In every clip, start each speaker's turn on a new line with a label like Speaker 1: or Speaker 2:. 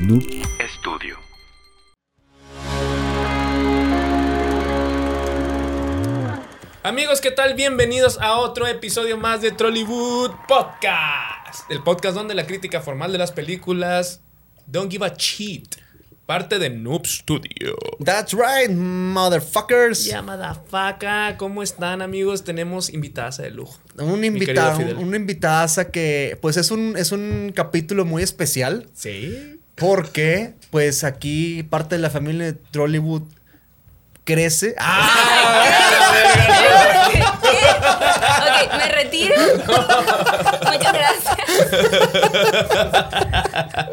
Speaker 1: Noob
Speaker 2: Estudio.
Speaker 3: Amigos, ¿qué tal? Bienvenidos a otro episodio más de Trollywood Podcast. El podcast donde la crítica formal de las películas Don't Give a Cheat, parte de Noob Studio.
Speaker 4: That's right, motherfuckers.
Speaker 3: Ya, madafaca, ¿cómo están, amigos? Tenemos invitadas de lujo.
Speaker 4: Un
Speaker 3: Mi
Speaker 4: invitado,
Speaker 3: querido Fidel.
Speaker 4: una invitadaza que, pues es un, es un capítulo muy especial
Speaker 3: Sí.
Speaker 4: porque, pues aquí parte de la familia de Trollywood crece. ¡Ah!
Speaker 5: ¿Qué? Ok, me retiro. Muchas gracias.
Speaker 3: Ah,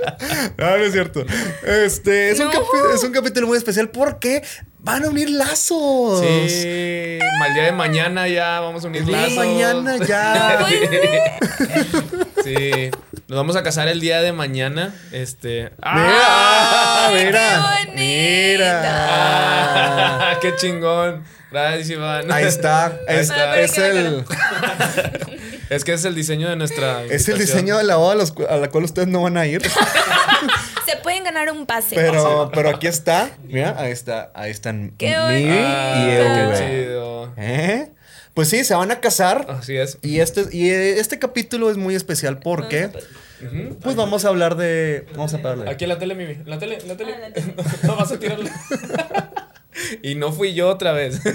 Speaker 4: No, no es cierto. Este es, un
Speaker 5: No.
Speaker 4: capi- es un capítulo muy especial porque van a unir lazos.
Speaker 3: Sí. Mal día de mañana ya vamos a unir
Speaker 4: El día de
Speaker 3: lazos.
Speaker 4: mañana ya.
Speaker 5: Pues,
Speaker 3: Sí. Nos vamos a casar el día de mañana. Este.
Speaker 4: Mira, ah,
Speaker 5: ¡Ay, qué
Speaker 4: mira,
Speaker 5: bonito!
Speaker 4: mira.
Speaker 3: Ah, ¡Qué chingón! Gracias, Iván.
Speaker 4: Ahí está.
Speaker 3: Ahí
Speaker 4: Es,
Speaker 3: está.
Speaker 4: es el,
Speaker 3: Es que es el diseño de nuestra.
Speaker 4: es el
Speaker 3: invitación.
Speaker 4: diseño de la boda a los cu- a la cual ustedes no van a ir.
Speaker 5: Se pueden ganar un pase.
Speaker 4: Pero, pero aquí está. Mira, ahí está. Ahí están
Speaker 5: Qué
Speaker 4: mi
Speaker 5: bonito.
Speaker 3: Ah,
Speaker 4: y
Speaker 3: qué Ah.
Speaker 4: el güey.
Speaker 3: chido.
Speaker 4: ¿Eh? Pues sí, se van a casar.
Speaker 3: Así es.
Speaker 4: Y este, y eh, este capítulo es muy especial porque
Speaker 3: Ujú.
Speaker 4: pues vamos a hablar de. Vamos a hablar
Speaker 3: Aquí en la tele, Mimi. La tele, la tele.
Speaker 5: Ah, la tele.
Speaker 3: no vas a tirarla. y no fui yo otra vez.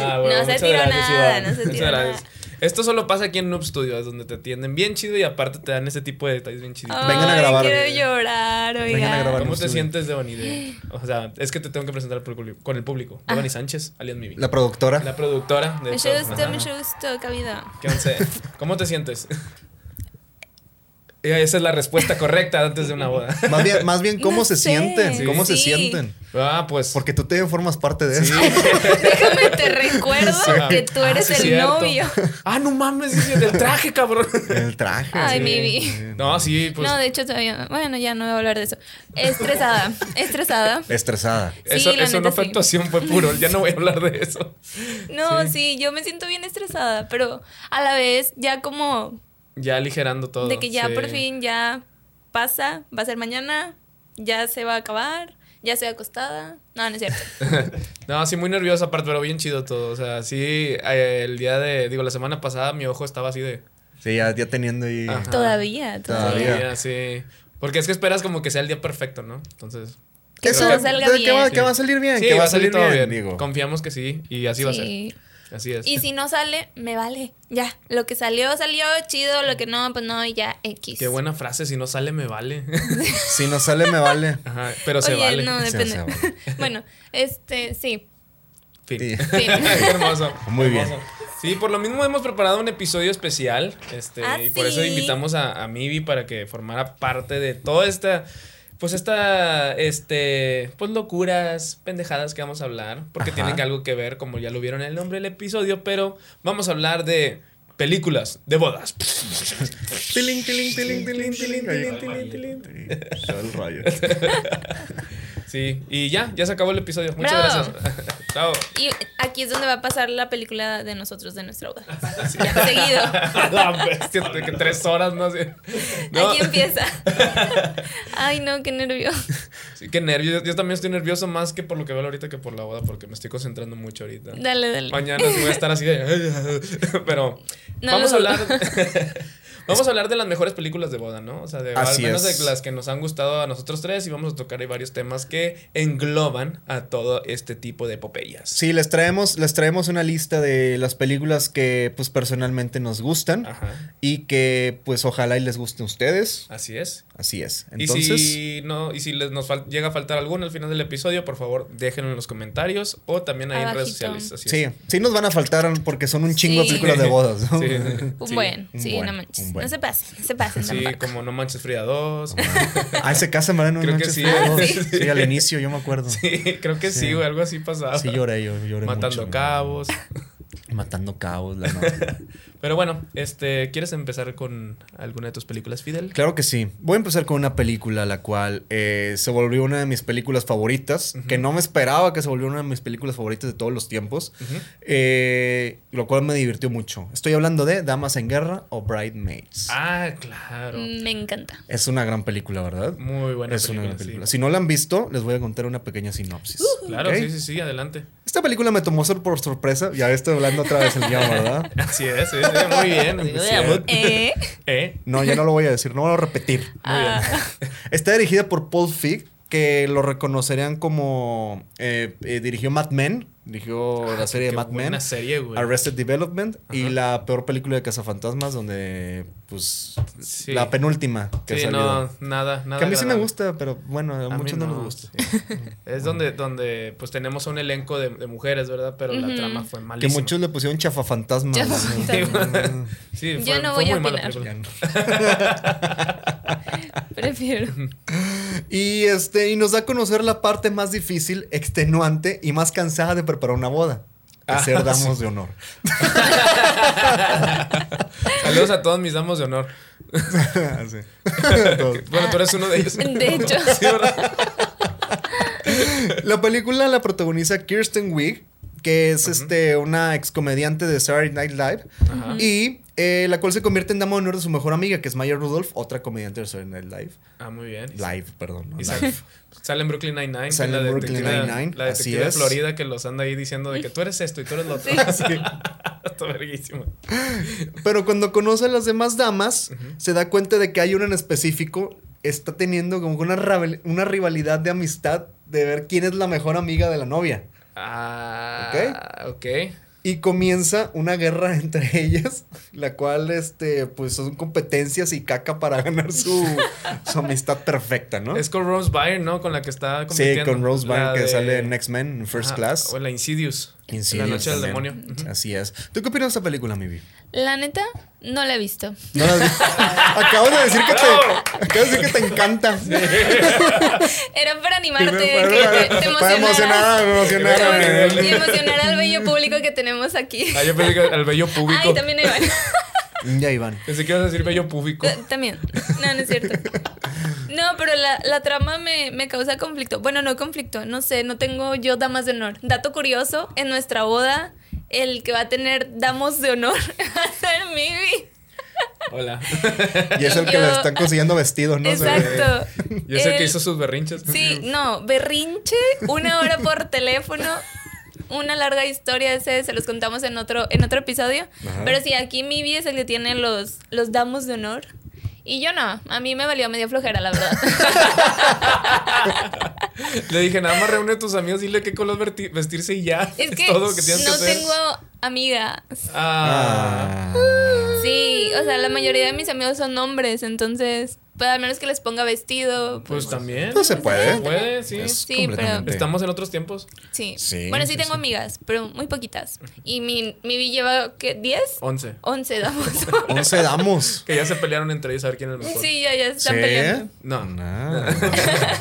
Speaker 3: Ah, bueno,
Speaker 5: No se
Speaker 3: muchas
Speaker 5: tiró nada,
Speaker 3: Iván.
Speaker 5: no se
Speaker 3: Muchas
Speaker 5: tiró
Speaker 3: gracias.
Speaker 5: nada.
Speaker 3: Esto solo pasa aquí en Noob Studio, es donde te atienden bien chido y aparte te dan ese tipo de detalles bien chiditos.
Speaker 5: Ay,
Speaker 4: Vengan a grabar.
Speaker 5: Quiero llorar, oiga.
Speaker 4: Vengan a grabar.
Speaker 3: ¿Cómo
Speaker 4: Noob
Speaker 3: te
Speaker 4: Studio.
Speaker 3: sientes de Bonide? O sea, es que te tengo que presentar al público- con el público.
Speaker 5: Ah.
Speaker 3: Devani Sánchez, alias Mimi.
Speaker 4: la productora.
Speaker 3: La productora de
Speaker 5: Mucho
Speaker 3: todo.
Speaker 5: gusto,
Speaker 3: Ajá.
Speaker 5: mucho gusto, cabida.
Speaker 3: ¿Qué once? ¿Cómo te sientes? Eh, Esa es la respuesta correcta antes de una boda.
Speaker 4: Más bien, más bien cómo
Speaker 5: No
Speaker 4: se
Speaker 5: sé.
Speaker 4: sienten, cómo se
Speaker 5: Sí.
Speaker 4: sienten.
Speaker 3: Ah, pues.
Speaker 4: Porque tú te formas parte de eso.
Speaker 5: Déjame te recuerdo
Speaker 3: Sí.
Speaker 5: que tú
Speaker 3: Ah,
Speaker 5: eres
Speaker 3: sí,
Speaker 5: el
Speaker 3: cierto.
Speaker 5: novio.
Speaker 3: Ah, no mames, dice del traje, cabrón.
Speaker 4: El traje.
Speaker 5: Ay,
Speaker 4: sí.
Speaker 5: Mimi.
Speaker 3: No, sí, pues.
Speaker 5: No, de hecho todavía no. Bueno, ya no voy a hablar de eso. Estresada, estresada.
Speaker 4: Estresada.
Speaker 3: eso
Speaker 5: sí, la
Speaker 3: eso
Speaker 5: neta
Speaker 3: no fue
Speaker 5: sí.
Speaker 3: actuación, fue puro. Ya no voy a hablar de eso.
Speaker 5: No, sí, yo me siento bien estresada, pero a la vez ya como
Speaker 3: Ya aligerando todo.
Speaker 5: De que ya
Speaker 3: sí.
Speaker 5: por fin ya pasa, va a ser mañana, ya se va a acabar, ya estoy acostada. No, no es cierto.
Speaker 3: No, sí, muy nerviosa aparte, pero bien chido todo. O sea, sí, eh, el día de. Digo, la semana pasada mi ojo estaba así de.
Speaker 4: Sí, ya, ya teniendo ahí.
Speaker 3: Ajá.
Speaker 5: Todavía, todavía.
Speaker 4: Todavía.
Speaker 3: "Mira, sí. Porque es que esperas como que sea el día perfecto, ¿no? Entonces.
Speaker 5: Que
Speaker 4: Eso-
Speaker 5: todo salga
Speaker 4: que
Speaker 5: bien.
Speaker 4: va- que va a salir bien.
Speaker 3: Sí,
Speaker 4: que
Speaker 3: va a salir todo bien.
Speaker 4: digo.
Speaker 3: Confiamos que sí, y así va a ser.
Speaker 5: Sí.
Speaker 3: Así es.
Speaker 5: Y si no sale, me vale. Ya, lo que salió, salió, chido, lo que no, pues no, y ya X.
Speaker 3: Qué buena frase, si no sale me vale.
Speaker 4: Si no sale, me vale.
Speaker 3: Ajá, pero se
Speaker 5: Oye,
Speaker 3: vale.
Speaker 5: no,
Speaker 4: Se- se
Speaker 5: depende.
Speaker 4: vale.
Speaker 5: bueno, este, sí.
Speaker 3: Fin.
Speaker 4: Sí.
Speaker 5: Fin.
Speaker 3: Qué hermoso.
Speaker 4: Muy
Speaker 3: qué
Speaker 4: bien.
Speaker 3: hermoso. Sí, por lo mismo hemos preparado un episodio especial. Este,
Speaker 5: Ah,
Speaker 3: y por eso
Speaker 5: sí.
Speaker 3: invitamos a, a Mivi para que formara parte de toda esta. Pues esta. Este. Pues locuras, pendejadas que vamos a hablar. Porque
Speaker 4: Ajá.
Speaker 3: tienen que algo que ver, como ya lo vieron en el nombre del episodio. Pero vamos a hablar de películas de bodas.
Speaker 4: Tiling, tiling, tiling, tiling, tiling, tiling, tiling, tiling. el rayo.
Speaker 3: Sí, y ya, ya se acabó el episodio. Muchas
Speaker 5: Bravo.
Speaker 3: gracias. Bravo.
Speaker 5: Y aquí es donde va a pasar la película de nosotros, de nuestra boda. Ya, seguido.
Speaker 3: La bestia, de que tres horas, no sé. No,
Speaker 5: Aquí empieza. Ay, no, qué nervio.
Speaker 3: sí, qué nervios. Yo también estoy nervioso más que por lo que veo ahorita que por la boda, porque me estoy concentrando mucho ahorita.
Speaker 5: Dale, dale.
Speaker 3: Mañana sí voy a estar así de. Pero
Speaker 5: No
Speaker 3: vamos a
Speaker 5: lo dudo.
Speaker 3: hablar. Vamos a hablar de las mejores películas de boda, ¿no? O sea, de,
Speaker 4: Así
Speaker 3: al menos
Speaker 4: es.
Speaker 3: de las que nos han gustado a nosotros tres y vamos a tocar ahí varios temas que engloban a todo este tipo de epopeyas.
Speaker 4: Sí, les traemos, les traemos una lista de las películas que pues personalmente nos gustan
Speaker 3: Ajá.
Speaker 4: y que pues ojalá y les gusten a ustedes.
Speaker 3: Así es.
Speaker 4: Así es.
Speaker 3: y
Speaker 4: Entonces,
Speaker 3: si no, y si les nos fal- llega a faltar alguna al final del episodio, por favor, déjenlo en los comentarios o también ahí en redes
Speaker 5: Abajito.
Speaker 3: sociales. Así
Speaker 4: sí,
Speaker 3: es.
Speaker 4: sí nos van a faltar porque son un chingo de
Speaker 5: Sí.
Speaker 4: películas de bodas, ¿no?
Speaker 3: Sí.
Speaker 5: Un
Speaker 3: Sí.
Speaker 5: buen,
Speaker 4: un
Speaker 5: sí,
Speaker 4: buen,
Speaker 5: no manches.
Speaker 4: un buen.
Speaker 5: No se pasen, no se pasen
Speaker 3: Sí,
Speaker 5: tampoco.
Speaker 3: como No Manches Frida 2.
Speaker 4: Ah, se casan, ¿verdad? No
Speaker 3: Creo que
Speaker 4: manches,
Speaker 3: sí.
Speaker 4: no.
Speaker 3: Ah, sí.
Speaker 4: sí. al inicio, yo me acuerdo. Sí,
Speaker 3: Sí, creo que sí,
Speaker 4: Sí.
Speaker 3: güey, algo así pasaba.
Speaker 4: lloré yo, lloré
Speaker 3: Matando
Speaker 4: mucho.
Speaker 3: cabos.
Speaker 4: Matando cabos, la novia.
Speaker 3: Pero bueno, este, ¿quieres empezar con alguna de tus películas, Fidel?
Speaker 4: Claro que sí. Voy a empezar con una película la cual eh, se volvió una de mis películas favoritas, que no me esperaba que se volviera una de mis películas favoritas de todos los tiempos, eh, lo cual me divirtió mucho. Estoy hablando de Damas en Guerra o Bridesmaids.
Speaker 3: Ah, claro.
Speaker 5: Mm, Me encanta.
Speaker 4: Es una gran película, ¿verdad?
Speaker 3: Muy buena
Speaker 4: Mm. es
Speaker 3: película,
Speaker 4: una gran película.
Speaker 3: sí. Uh-huh.
Speaker 4: Si no la han visto, les voy a contar una pequeña sinopsis.
Speaker 3: Claro,
Speaker 4: ¿ok?
Speaker 3: sí, sí, sí, adelante.
Speaker 4: Esta película me tomó sor- por sorpresa. Ya estoy hablando otra vez el guión, ¿verdad?
Speaker 3: Así es, sí, sí, muy bien.
Speaker 5: Digo,
Speaker 3: así
Speaker 5: veamos.
Speaker 3: es.
Speaker 5: ¿Eh?
Speaker 3: Eh,
Speaker 4: No, ya no lo voy a decir, no lo voy a repetir.
Speaker 5: Ah,
Speaker 4: Está dirigida por Paul Feig, que lo reconocerían como. eh, eh, dirigió Mad Men, dirigió la serie de
Speaker 3: Ah, qué
Speaker 4: Mad Men,
Speaker 3: buena serie, güey.
Speaker 4: Arrested Development y
Speaker 3: Ajá.
Speaker 4: la peor película de Cazafantasmas, donde. Pues.
Speaker 3: Sí.
Speaker 4: La penúltima que
Speaker 3: Sí,
Speaker 4: salió.
Speaker 3: no, nada, nada.
Speaker 4: que a mí sí me
Speaker 3: agradable.
Speaker 4: gusta, pero bueno, a,
Speaker 3: mí
Speaker 4: muchos no,
Speaker 3: no.
Speaker 4: les gusta.
Speaker 3: Es donde, donde pues tenemos un elenco de, de mujeres, ¿verdad? Pero la
Speaker 5: Ujú.
Speaker 3: trama fue
Speaker 4: Que
Speaker 3: malísima.
Speaker 4: muchos le pusieron chafafantasmas.
Speaker 5: Chafafantasmas.
Speaker 4: Mm.
Speaker 3: Sí,
Speaker 5: Yo
Speaker 3: fue,
Speaker 5: no
Speaker 3: fue
Speaker 5: voy a
Speaker 3: muy mala
Speaker 5: opinar.
Speaker 3: película.
Speaker 5: prefiero.
Speaker 4: Y este, y nos da a conocer la parte más difícil, extenuante y más cansada de preparar una boda. De
Speaker 3: Ah,
Speaker 4: ser
Speaker 3: sí.
Speaker 4: damos de honor.
Speaker 3: Saludos a todos mis damos de honor.
Speaker 4: Sí. Todos.
Speaker 3: Bueno, tú eres uno de ellos.
Speaker 5: De hecho.
Speaker 3: Sí, ¿verdad?
Speaker 4: la película la protagoniza Kirsten Wiig, que es este, una excomediante de Saturday Night Live.
Speaker 3: Ajá.
Speaker 4: Y eh, la cual se convierte en dama de honor de su mejor amiga, que es Maya Rudolph, otra comediante de Saturday Night Live.
Speaker 3: Ah, muy bien.
Speaker 4: Live, perdón. no,
Speaker 3: Y
Speaker 4: live.
Speaker 3: sale, sale en Brooklyn Nine-Nine.
Speaker 4: Sale
Speaker 3: que es
Speaker 4: en
Speaker 3: la
Speaker 4: Brooklyn
Speaker 3: detective-
Speaker 4: Nine-Nine,
Speaker 3: La
Speaker 4: así
Speaker 3: detective de
Speaker 4: es.
Speaker 3: Florida que los anda ahí diciendo de que tú eres esto y tú eres lo otro. Está verguísimo.
Speaker 4: Pero cuando conoce a las demás damas, se da cuenta de que hay una en específico. Está teniendo como que una, ravel- una rivalidad de amistad de ver quién es la mejor amiga de la novia.
Speaker 3: Ah, ok.
Speaker 4: Y comienza una guerra entre ellas, la cual, este, pues son competencias y caca para ganar su, su amistad perfecta, ¿no?
Speaker 3: Es con Rose Byrne, ¿no? Con la que está
Speaker 4: sí,
Speaker 3: compitiendo.
Speaker 4: con Rose
Speaker 3: La
Speaker 4: Byrne que
Speaker 3: de-
Speaker 4: sale en X-Men, en First
Speaker 3: Ajá,
Speaker 4: Class.
Speaker 3: O la Insidious.
Speaker 4: Insidious
Speaker 3: La noche del
Speaker 4: también.
Speaker 3: demonio. Ujú.
Speaker 4: Así es. ¿Tú qué opinas de esta película, Mivi?
Speaker 5: La neta, no la he visto.
Speaker 4: No la has visto. Acabas de decir que
Speaker 3: Bravo.
Speaker 4: te, acabas de decir que te encanta.
Speaker 5: Era para animarte,
Speaker 4: Para-
Speaker 5: que te, te
Speaker 4: para
Speaker 5: emocionaras.
Speaker 4: emocionar, emocionar.
Speaker 5: Y emocionar al bello público que tenemos aquí.
Speaker 3: Ah, yo pensé que al bello público.
Speaker 5: Ay, también a Iván.
Speaker 4: Ya, Iván.
Speaker 3: Pensé que ibas a decir bello público.
Speaker 5: Ta- También. No, no es cierto. No, pero la, la trama me, me causa conflicto. Bueno, no conflicto, no sé, no tengo yo damas de honor. Dato curioso, en nuestra boda, el que va a tener damos de honor va a ser Mivi.
Speaker 3: Hola.
Speaker 4: Y es el que
Speaker 5: Yo-
Speaker 4: le están consiguiendo vestidos, ¿no?
Speaker 5: Exacto.
Speaker 3: Yo sé que
Speaker 5: Él-
Speaker 3: hizo sus berrinches.
Speaker 5: Sí, no, berrinche, una hora por teléfono. Una larga historia, ese se los contamos en otro, en otro episodio.
Speaker 4: Ajá.
Speaker 5: Pero sí, aquí Mivi es el que tiene los, los damos de honor. Y yo no, a mí me valió medio flojera, la verdad.
Speaker 3: Le dije, nada más reúne a tus amigos, dile qué color verti- vestirse y ya.
Speaker 5: Es que,
Speaker 3: todo lo que tienes
Speaker 5: no
Speaker 3: que hacer.
Speaker 5: tengo amigas.
Speaker 3: Ah,
Speaker 5: Sí, o sea, la mayoría de mis amigos son hombres, entonses, pues al menos que les ponga vestido.
Speaker 3: pues también.
Speaker 4: No se puede.
Speaker 3: Puede, sí.
Speaker 4: Es
Speaker 5: Sí, pero-
Speaker 4: completamente-
Speaker 3: Estamos en otros tiempos.
Speaker 5: Sí.
Speaker 4: Sí,
Speaker 5: bueno, sí,
Speaker 4: sí,
Speaker 5: tengo
Speaker 4: sí.
Speaker 5: amigas, pero muy poquitas. Y mi, mi vi lleva, ¿qué? ¿10?
Speaker 3: 11.
Speaker 5: 11, damos.
Speaker 4: 11 damos.
Speaker 3: Que ya se pelearon entre ellos a ver quién es el mejor.
Speaker 5: sí, ya, ya se están
Speaker 4: ¿Sí?
Speaker 5: peleando.
Speaker 3: No.
Speaker 4: No.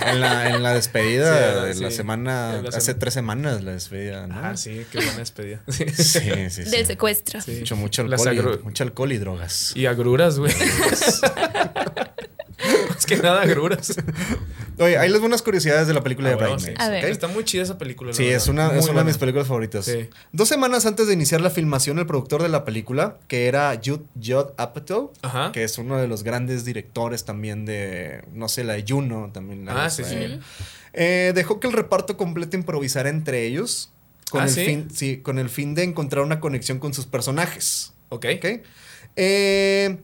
Speaker 4: En la, en la despedida
Speaker 3: Sí, era,
Speaker 4: de la
Speaker 3: sí.
Speaker 4: semana,
Speaker 3: En la
Speaker 4: hace
Speaker 3: semana.
Speaker 4: tres semanas la despedida, ¿no?
Speaker 3: Ah, sí, qué buena despedida. Sí.
Speaker 4: Sí, sí, sí.
Speaker 5: Del secuestro.
Speaker 3: Sí.
Speaker 4: Mucho, mucho
Speaker 3: Las
Speaker 4: alcohol,
Speaker 3: agru-
Speaker 4: y, mucho alcohol y drogas.
Speaker 3: Y agruras, güey. Más que nada agruras.
Speaker 4: Oye, hay las buenas curiosidades de la película
Speaker 3: Ah,
Speaker 4: de
Speaker 3: bueno,
Speaker 4: Bridesmaids.
Speaker 3: sí.
Speaker 5: A ver.
Speaker 4: ¿ok?
Speaker 3: Está muy chida esa película. la
Speaker 4: Sí,
Speaker 3: verdad.
Speaker 4: es una,
Speaker 3: Muy
Speaker 4: es una de
Speaker 3: buena.
Speaker 4: mis películas favoritas.
Speaker 3: Sí.
Speaker 4: Dos semanas antes de iniciar la filmación, el productor de la película, que era Jude Judd Apatow,
Speaker 3: Ajá.
Speaker 4: que es uno de los grandes directores también de, no sé, la de Juno, también la
Speaker 3: Ah,
Speaker 4: hizo
Speaker 3: sí, sí.
Speaker 4: él. Eh, dejó que el reparto completo improvisara entre ellos con,
Speaker 3: Ah,
Speaker 4: el
Speaker 3: ¿sí?
Speaker 4: fin, sí, con el fin de encontrar una conexión con sus personajes.
Speaker 3: Ok.
Speaker 4: ¿ok? Eh,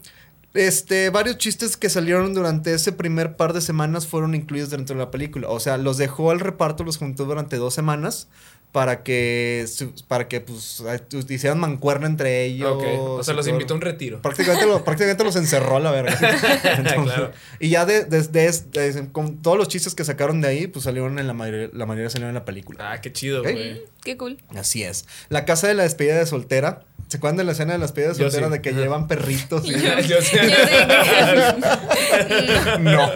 Speaker 4: este, varios chistes que salieron durante ese primer par de semanas fueron incluidos dentro de la película. O sea, los dejó al reparto, los juntó durante dos semanas para que, su- para que pues, hicieran mancuerna entre ellos.
Speaker 3: Ok. O sea,
Speaker 4: y
Speaker 3: los
Speaker 4: todo.
Speaker 3: invitó a un retiro.
Speaker 4: Prácticamente, lo- prácticamente los encerró a la verga. Entonces,
Speaker 3: Claro.
Speaker 4: Y ya de- desde es- desde- con todos los chistes que sacaron de ahí, pues salieron en la mayoría, la mayoría salieron en la película.
Speaker 3: Ah, qué chido,
Speaker 4: Ok.
Speaker 3: güey.
Speaker 5: Qué cool.
Speaker 4: Así es. La casa de la despedida de soltera. ¿Se acuerdan de la escena de las despedida de
Speaker 3: Yo
Speaker 4: soltera
Speaker 3: sí.
Speaker 4: de que
Speaker 3: Ajá.
Speaker 4: llevan perritos? y-
Speaker 3: Yo-
Speaker 5: Yo
Speaker 3: sé.
Speaker 5: sé
Speaker 4: No.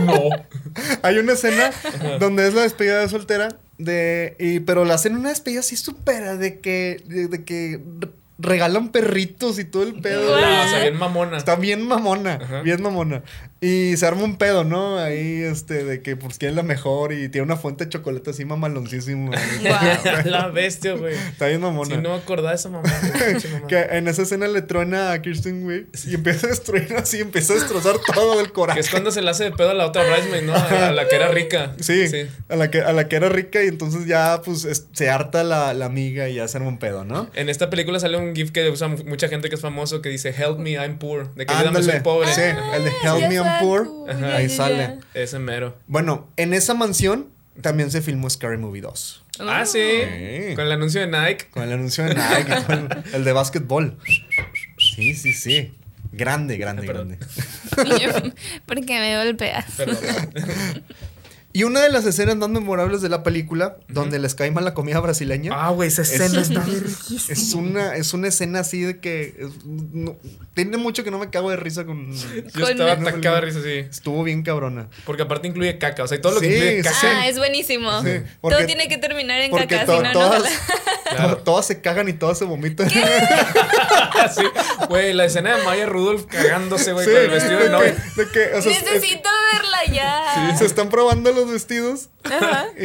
Speaker 3: No.
Speaker 4: Hay una escena donde es la despedida de soltera de y pero le hacen una despedida así súper de que de, de que re- regalan perritos y todo el pedo.
Speaker 5: Guau.
Speaker 4: güey.
Speaker 3: No, o sea, bien mamona.
Speaker 4: Está bien mamona,
Speaker 3: Ajá.
Speaker 4: bien mamona. Y se arma un pedo, ¿no? Ahí, este, de que pues quién es la mejor y tiene una fuente de chocolate así mamaloncísima. güey.
Speaker 3: La bestia, güey.
Speaker 4: Está bien mamona.
Speaker 3: Si no me acordaba de esa mamá. güey, pinche mamá.
Speaker 4: Que en esa escena le truena a Kirsten Wiig y empieza a destruir así, empieza a destrozar todo el
Speaker 3: Que
Speaker 4: coraje.
Speaker 3: es cuando se le hace de pedo a la otra Bridesmaid, ¿no? A la que era rica.
Speaker 4: Sí, A, la que, a la que era rica y entonces ya pues es- se harta la, la amiga y ya se arma un pedo, ¿no?
Speaker 3: En esta película sale un gif que usa mu- mucha gente que es famoso que dice Help me, I'm poor. De que ayúdame, soy pobre.
Speaker 4: Sí, el de
Speaker 5: Ah,
Speaker 4: Help Me I'm Poor.
Speaker 5: Ajá.
Speaker 4: Ahí
Speaker 5: Ya, ya,
Speaker 4: sale.
Speaker 5: ya.
Speaker 3: Ese mero.
Speaker 4: Bueno, en esa mansión también se filmó Scary Movie 2.
Speaker 3: Ah, sí.
Speaker 4: Sí.
Speaker 3: Con el anuncio de Nike.
Speaker 4: Con el anuncio de Nike, con el de básquetbol. Sí, sí, sí. Grande, grande,
Speaker 3: Ay, perdón.
Speaker 4: grande.
Speaker 5: Porque me golpeas.
Speaker 3: Pero
Speaker 4: Y una de las escenas más memorables de la película, donde les cae mal la comida brasileña.
Speaker 3: Ah, güey, esa escena está
Speaker 4: Es una, es una escena así de que. es- no- tiene mucho que no me cago de risa con.
Speaker 3: Yo
Speaker 5: Con-
Speaker 3: estaba atacado de risa así.
Speaker 4: Estuvo bien cabrona.
Speaker 3: Porque aparte incluye caca. O sea, todo lo que
Speaker 4: Sí,
Speaker 3: incluye caca.
Speaker 4: sí.
Speaker 5: Ah, es buenísimo.
Speaker 4: Sí, porque-
Speaker 5: Todo tiene que terminar en
Speaker 4: Porque
Speaker 5: caca,
Speaker 4: to-
Speaker 5: si no, no.
Speaker 4: todas,
Speaker 5: jala.
Speaker 3: Claro.
Speaker 4: to- todas se cagan y todas se vomitan.
Speaker 3: Ah, Sí. Güey, la escena de Maya Rudolph cagándose, güey,
Speaker 4: Sí,
Speaker 3: con el vestido de
Speaker 4: de
Speaker 3: novia.
Speaker 4: que- de que, o sea, es-
Speaker 5: Necesito verla
Speaker 4: es-
Speaker 5: ya.
Speaker 4: se están probando los vestidos.
Speaker 5: Ah. Ajá.
Speaker 4: Y,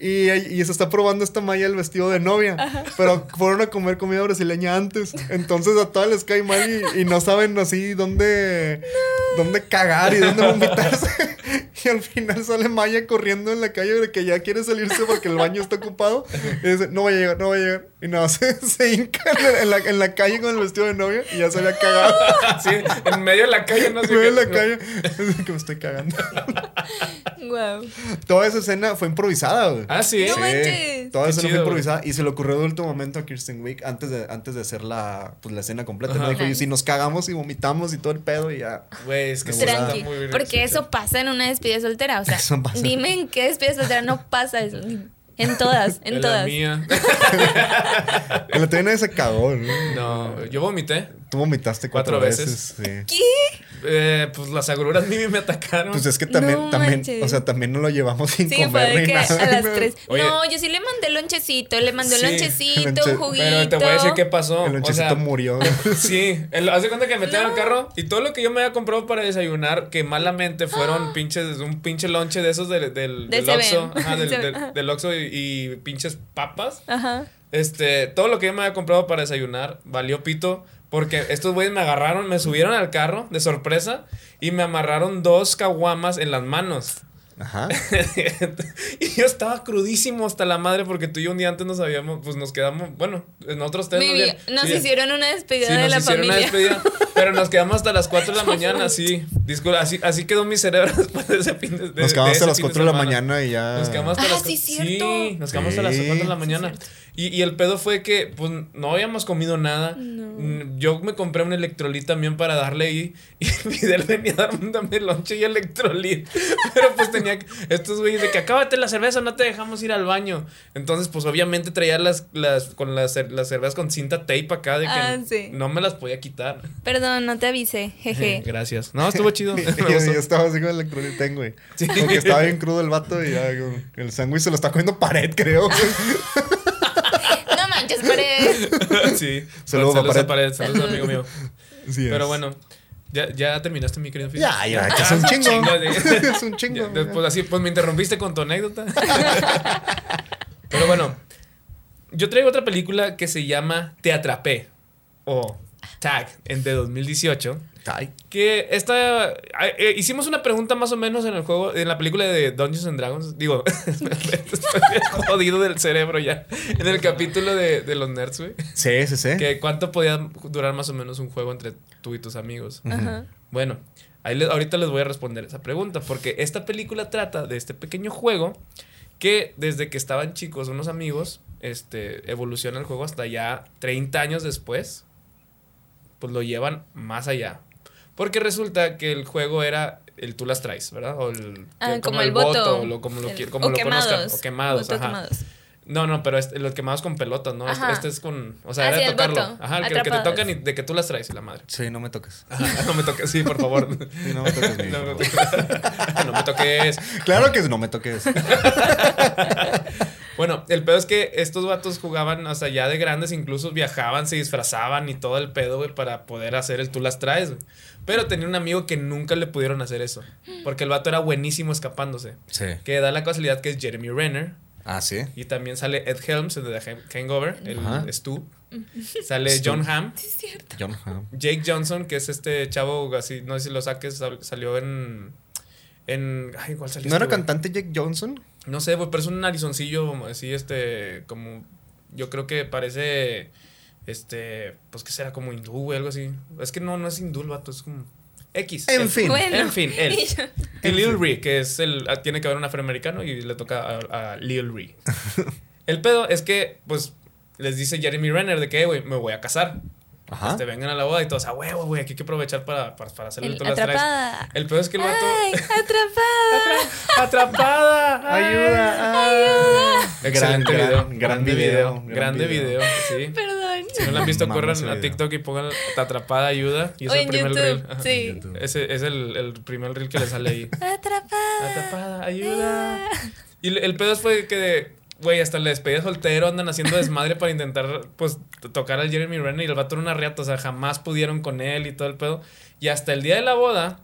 Speaker 4: y, y se está probando esta Maya el vestido de novia. Pero fueron a comer comida brasileña antes. Entonces a todas les cae mal y, y no saben así dónde, dónde cagar y dónde vomitarse. Y al final sale Maya corriendo en la calle de que ya quiere salirse porque el baño está ocupado. Y dice, no voy a llegar, no voy a llegar. Y nada, se, se hinca en la, en la calle con el vestido de novia y ya se había cagado.
Speaker 3: Sí, en medio de la calle, no sé
Speaker 4: Veo
Speaker 3: qué.
Speaker 4: en la calle que me estoy cagando.
Speaker 5: Wow.
Speaker 4: Toda esa escena fue improvisada, güey.
Speaker 3: Ah, sí.
Speaker 5: No
Speaker 4: Sí,
Speaker 5: manches.
Speaker 4: Toda
Speaker 3: Qué
Speaker 4: esa no fue
Speaker 3: chido,
Speaker 4: improvisada y se le ocurrió de último momento a Kirsten Wiig antes de, antes de hacer la, pues, la escena completa.
Speaker 3: Ajá.
Speaker 4: ¿no? Dijo, y
Speaker 5: Nice.
Speaker 4: si nos cagamos y vomitamos y todo el pedo y ya.
Speaker 3: Güey, es que sí está
Speaker 5: Tranqui.
Speaker 3: muy bien
Speaker 5: Porque
Speaker 3: hecho.
Speaker 5: eso pasa en una despedida soltera. O sea,
Speaker 4: Eso pasa.
Speaker 5: dime en qué despedida soltera no pasa eso. En todas, en
Speaker 3: la
Speaker 5: todas.
Speaker 3: mía.
Speaker 4: En la TV se cagó, ¿no?
Speaker 3: No, yo vomité.
Speaker 4: Tú vomitaste cuatro,
Speaker 3: Cuatro
Speaker 4: veces. sí.
Speaker 5: ¿Qué?
Speaker 3: Eh, pues las agruras Mimi me atacaron.
Speaker 4: Pues es que también,
Speaker 5: No
Speaker 4: también,
Speaker 5: manches.
Speaker 4: o sea, también no lo llevamos sin
Speaker 5: Sí, fue
Speaker 4: comer
Speaker 5: de
Speaker 4: ni
Speaker 5: que
Speaker 4: nada.
Speaker 5: a las
Speaker 4: ¿no?
Speaker 5: tres.
Speaker 3: Oye.
Speaker 5: no, yo sí le mandé lonchecito, le mandé
Speaker 3: Sí,
Speaker 5: lonchecito,
Speaker 4: lonche-
Speaker 5: un juguito.
Speaker 3: Pero te voy a decir qué pasó.
Speaker 4: El
Speaker 3: o
Speaker 4: lonchecito
Speaker 3: sea,
Speaker 4: murió.
Speaker 3: Sí, el- haz de cuenta que me metieron al carro y todo lo que yo me había comprado para desayunar, que malamente fueron pinches, un pinche lonche de esos del, del,
Speaker 5: Del
Speaker 3: del Oxxo,
Speaker 5: 7.
Speaker 3: ajá, del,
Speaker 5: Ajá.
Speaker 3: del- del Oxxo y, y pinches papas.
Speaker 5: Ajá.
Speaker 3: Este, todo lo que yo me había comprado para desayunar valió pito. Porque estos güeyes me agarraron, me subieron al carro de sorpresa y me amarraron dos caguamas en las manos.
Speaker 4: Ajá.
Speaker 3: y yo estaba crudísimo hasta la madre porque tú y yo un día antes nos habíamos, pues nos quedamos, bueno, nosotros tres
Speaker 5: Muy
Speaker 3: nos,
Speaker 5: bien.
Speaker 3: habíamos-
Speaker 5: Nos
Speaker 3: sí,
Speaker 5: hicieron una
Speaker 3: sí,
Speaker 5: despedida
Speaker 3: nos
Speaker 5: de la
Speaker 3: hicieron
Speaker 5: familia.
Speaker 3: una despedida, pero nos quedamos hasta las 4 de la mañana, sí. Disculpa, así, así quedó mi cerebro después de ese fin de de-
Speaker 4: Nos
Speaker 3: de
Speaker 4: quedamos
Speaker 3: ese
Speaker 4: a las
Speaker 3: fin
Speaker 4: 4 de la
Speaker 3: semana.
Speaker 4: mañana y ya.
Speaker 3: Nos quedamos hasta
Speaker 5: Ah,
Speaker 3: las
Speaker 5: sí,
Speaker 3: cuatro-
Speaker 5: cierto.
Speaker 3: Sí, nos quedamos hasta las
Speaker 4: Sí.
Speaker 3: 4 de la
Speaker 4: Sí,
Speaker 3: mañana. y, y el pedo fue que pues no habíamos comido nada. Mm, Yo me compré un electrolit también para darle ahí. Y Fidel venía a darme también lonche y electrolit. Pero pues tenía que- estos güeyes de que acábate la cerveza, no te dejamos ir al baño. Entonces, pues obviamente traía las, las con las, cer- las cervezas con cinta tape acá de que
Speaker 5: Ah, sí.
Speaker 3: no me las podía quitar.
Speaker 5: Perdón, no te avisé. Jeje.
Speaker 3: Gracias. No, estuvo chido. Me
Speaker 4: Y yo,
Speaker 3: gustó.
Speaker 4: yo estaba así con el electrolitén, güey.
Speaker 3: Sí.
Speaker 4: Porque estaba bien crudo el vato y ya, güey, el sándwich se lo está comiendo pared, creo. güey.
Speaker 5: no manches, pared.
Speaker 3: sí.
Speaker 4: Saludos,
Speaker 3: Saludos a
Speaker 4: Pared.
Speaker 3: Pared. Saludos, amigo mío.
Speaker 4: Así es.
Speaker 3: Pero bueno, ya, ya terminaste, mi querido Fidel. Ah,
Speaker 4: Ya, ya, que es un chingo.
Speaker 3: de-
Speaker 4: Es un chingo,
Speaker 3: Ya,
Speaker 4: ya.
Speaker 3: Pues así, pues me interrumpiste con tu anécdota. Pero bueno, yo traigo otra película que se llama Te Atrapé o Tag en de 2018.
Speaker 4: Ay,
Speaker 3: Que esta. eh, eh, hicimos una pregunta más o menos en el juego, en la película de Dungeons and Dragons. Digo, estoy jodido del cerebro ya. En el capítulo de, de los nerds, güey.
Speaker 4: Sí, sí, sí.
Speaker 3: Que cuánto podía durar más o menos un juego entre tú y tus amigos.
Speaker 5: Ajá.
Speaker 3: Bueno, ahí le- ahorita les voy a responder esa pregunta, porque esta película trata de este pequeño juego que desde que estaban chicos unos amigos, este, evoluciona el juego hasta ya 30 años después, pues lo llevan más allá. Porque resulta que el juego era el tú las traes, ¿verdad? O el,
Speaker 5: Ah,
Speaker 3: que-
Speaker 5: como, el voto.
Speaker 3: o lo- como lo,
Speaker 5: El-
Speaker 3: quier- como
Speaker 5: o
Speaker 3: lo
Speaker 5: quemados.
Speaker 3: conozcan. O quemados,
Speaker 5: Voto
Speaker 3: ajá.
Speaker 5: quemados.
Speaker 3: No, no, pero este, los quemados con pelotas, ¿no? Este-
Speaker 5: Ajá.
Speaker 3: Este es con. O sea,
Speaker 5: Ah,
Speaker 3: era
Speaker 5: sí,
Speaker 3: de
Speaker 5: el
Speaker 3: tocarlo.
Speaker 5: voto.
Speaker 3: Ajá, el que, el que te
Speaker 5: Atrapados.
Speaker 3: tocan y de que tú las traes y la madre.
Speaker 4: Sí, no me toques.
Speaker 3: Ajá, no me toques, sí, por favor.
Speaker 4: Sí, no me toques, mi
Speaker 3: No,
Speaker 4: hijo.
Speaker 3: no te- no me toques.
Speaker 4: Claro que no me toques.
Speaker 3: Bueno, el pedo es que estos vatos jugaban, hasta ya de grandes, incluso viajaban, se disfrazaban y todo el pedo, güey, para poder hacer el tú las traes, güey. Pero tenía un amigo que nunca le pudieron hacer eso. Porque el vato era buenísimo escapándose.
Speaker 1: Sí.
Speaker 3: Que da la casualidad que es Jeremy Renner.
Speaker 1: Ah, sí.
Speaker 3: Y también sale Ed Helms, el de The Hangover, el
Speaker 1: Ajá.
Speaker 3: Stu. Sale John Hamm.
Speaker 5: Sí, es cierto.
Speaker 1: John Hamm.
Speaker 3: Jake Johnson, que es este chavo, así, no sé si lo saques, sal- salió en. en ay, igual salió. este,
Speaker 4: ¿No era
Speaker 3: güey.
Speaker 4: cantante Jake Johnson?
Speaker 3: No sé, güey, pero es un narizoncillo así, este, como, yo creo que parece, este, pues que será como hindú, güey, algo así. Es que no, no es hindú el vato, es como X.
Speaker 4: En
Speaker 3: él.
Speaker 4: fin.
Speaker 5: Bueno.
Speaker 3: En fin, él.
Speaker 5: Y yo-
Speaker 3: Y Lil Ree, que es el, ah, tiene que haber un afroamericano y le toca a, a Lil Ree. el pedo es que, pues, les dice Jeremy Renner de que, güey, me voy a casar.
Speaker 4: Ah.
Speaker 1: Ajá.
Speaker 3: Este, vengan a la boda y todos, a huevo, güey, aquí hay que aprovechar para, para, para hacerle
Speaker 5: el-
Speaker 3: todas las traes".
Speaker 5: atrapada.
Speaker 3: El pedo es que el vato...
Speaker 5: Ay, atrapada.
Speaker 3: ¡Atrapada!
Speaker 4: Ayuda.
Speaker 3: Excelente
Speaker 4: Gran,
Speaker 3: video.
Speaker 4: gran,
Speaker 3: grande
Speaker 4: gran
Speaker 3: video.
Speaker 4: video, gran
Speaker 3: Grande video.
Speaker 4: video.
Speaker 3: sí.
Speaker 5: Perdón.
Speaker 3: Si no lo han visto,
Speaker 1: Mamá ese
Speaker 3: corran a
Speaker 1: video.
Speaker 3: TikTok y pongan "Te atrapada ayuda. Y es
Speaker 5: O
Speaker 3: el
Speaker 5: en
Speaker 3: primer reel.
Speaker 5: YouTube.
Speaker 3: Ajá.
Speaker 5: Sí.
Speaker 3: Ese es el, el primer reel que le sale ahí.
Speaker 5: Atrapada.
Speaker 3: Atrapada, ayuda.
Speaker 5: ah,
Speaker 3: Y el- el pedo fue que, güey, hasta la despedida de soltero andan haciendo desmadre para intentar, pues, t- tocar al Jeremy Renner y el vato era una riata. O sea, jamás pudieron con él y todo el pedo. Y hasta el día de la boda,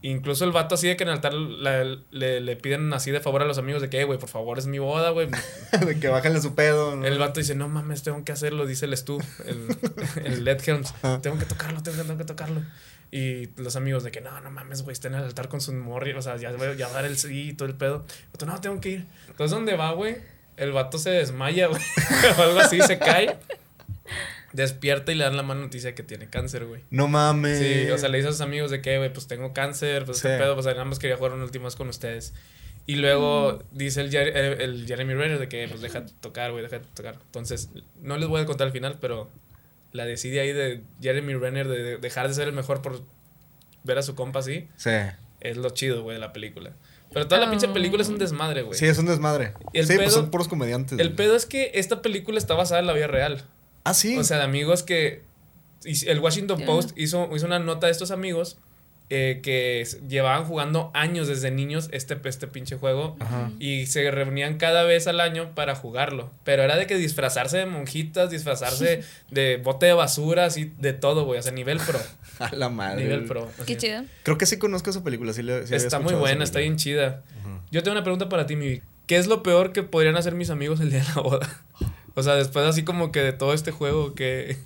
Speaker 3: incluso el vato así de que en el altar la- le, le piden así de favor a los amigos de que, "Eh, güey, por favor, es mi boda, güey.
Speaker 4: De que bájale su pedo. ¿no?
Speaker 3: El vato dice, no mames, tengo que hacerlo, dice el Stu, el, el Led Helms. Tengo que tocarlo, tengo que, tengo que tocarlo. Y los amigos de que, no, no mames, güey, está en el altar con su morri, o sea, ya, voy- ya va a dar el sí y todo el pedo. El vato, no, tengo que ir. Entonces, ¿dónde va, güey? El vato se desmaya, güey, o algo así, se cae. Despierta y le dan la mala noticia que tiene cáncer, güey.
Speaker 4: No mames.
Speaker 3: Sí, o sea, le dice a sus amigos de que, güey, pues tengo cáncer, pues qué
Speaker 4: Eh, Sí.
Speaker 3: pedo, pues nada más quería jugar un último más con ustedes. Y luego dice el, Jer- eh, el Jeremy Renner de que, pues déjate tocar, güey, déjate tocar. Entonces, no les voy a contar el final, pero la decide ahí de Jeremy Renner de de dejar de ser el mejor por ver a su compa así,
Speaker 4: Sí.
Speaker 3: es lo chido, güey, de la película. Pero toda la
Speaker 5: Oh.
Speaker 3: pinche película es un desmadre, güey.
Speaker 4: Sí, es un desmadre.
Speaker 3: Y el
Speaker 4: sí,
Speaker 3: pedo-
Speaker 4: pues son puros comediantes.
Speaker 3: el
Speaker 4: güey.
Speaker 3: pedo es que esta película está basada en la vida real.
Speaker 4: Ah, sí.
Speaker 3: O sea, de amigos que. y El Washington
Speaker 5: Ya.
Speaker 3: Post hizo, hizo una nota de estos amigos eh, que s- llevaban jugando años desde niños este, este pinche juego
Speaker 4: Ajá.
Speaker 3: y se reunían cada vez al año para jugarlo. Pero era de que disfrazarse de monjitas, disfrazarse de bote de basura, así de todo, güey. O sea, nivel pro.
Speaker 4: A la madre.
Speaker 3: nivel
Speaker 4: güey.
Speaker 3: pro. así
Speaker 5: Qué
Speaker 3: es.
Speaker 5: chido.
Speaker 4: Creo que sí conozco esa película. Sí le, sí había
Speaker 3: está muy
Speaker 4: escuchado
Speaker 3: buena,
Speaker 4: esa
Speaker 3: está
Speaker 4: película.
Speaker 3: bien chida. Yo tengo una pregunta para ti, mi Vic. ¿Qué es lo peor que podrían hacer mis amigos el día de la boda? O sea, después así como que de todo este juego que...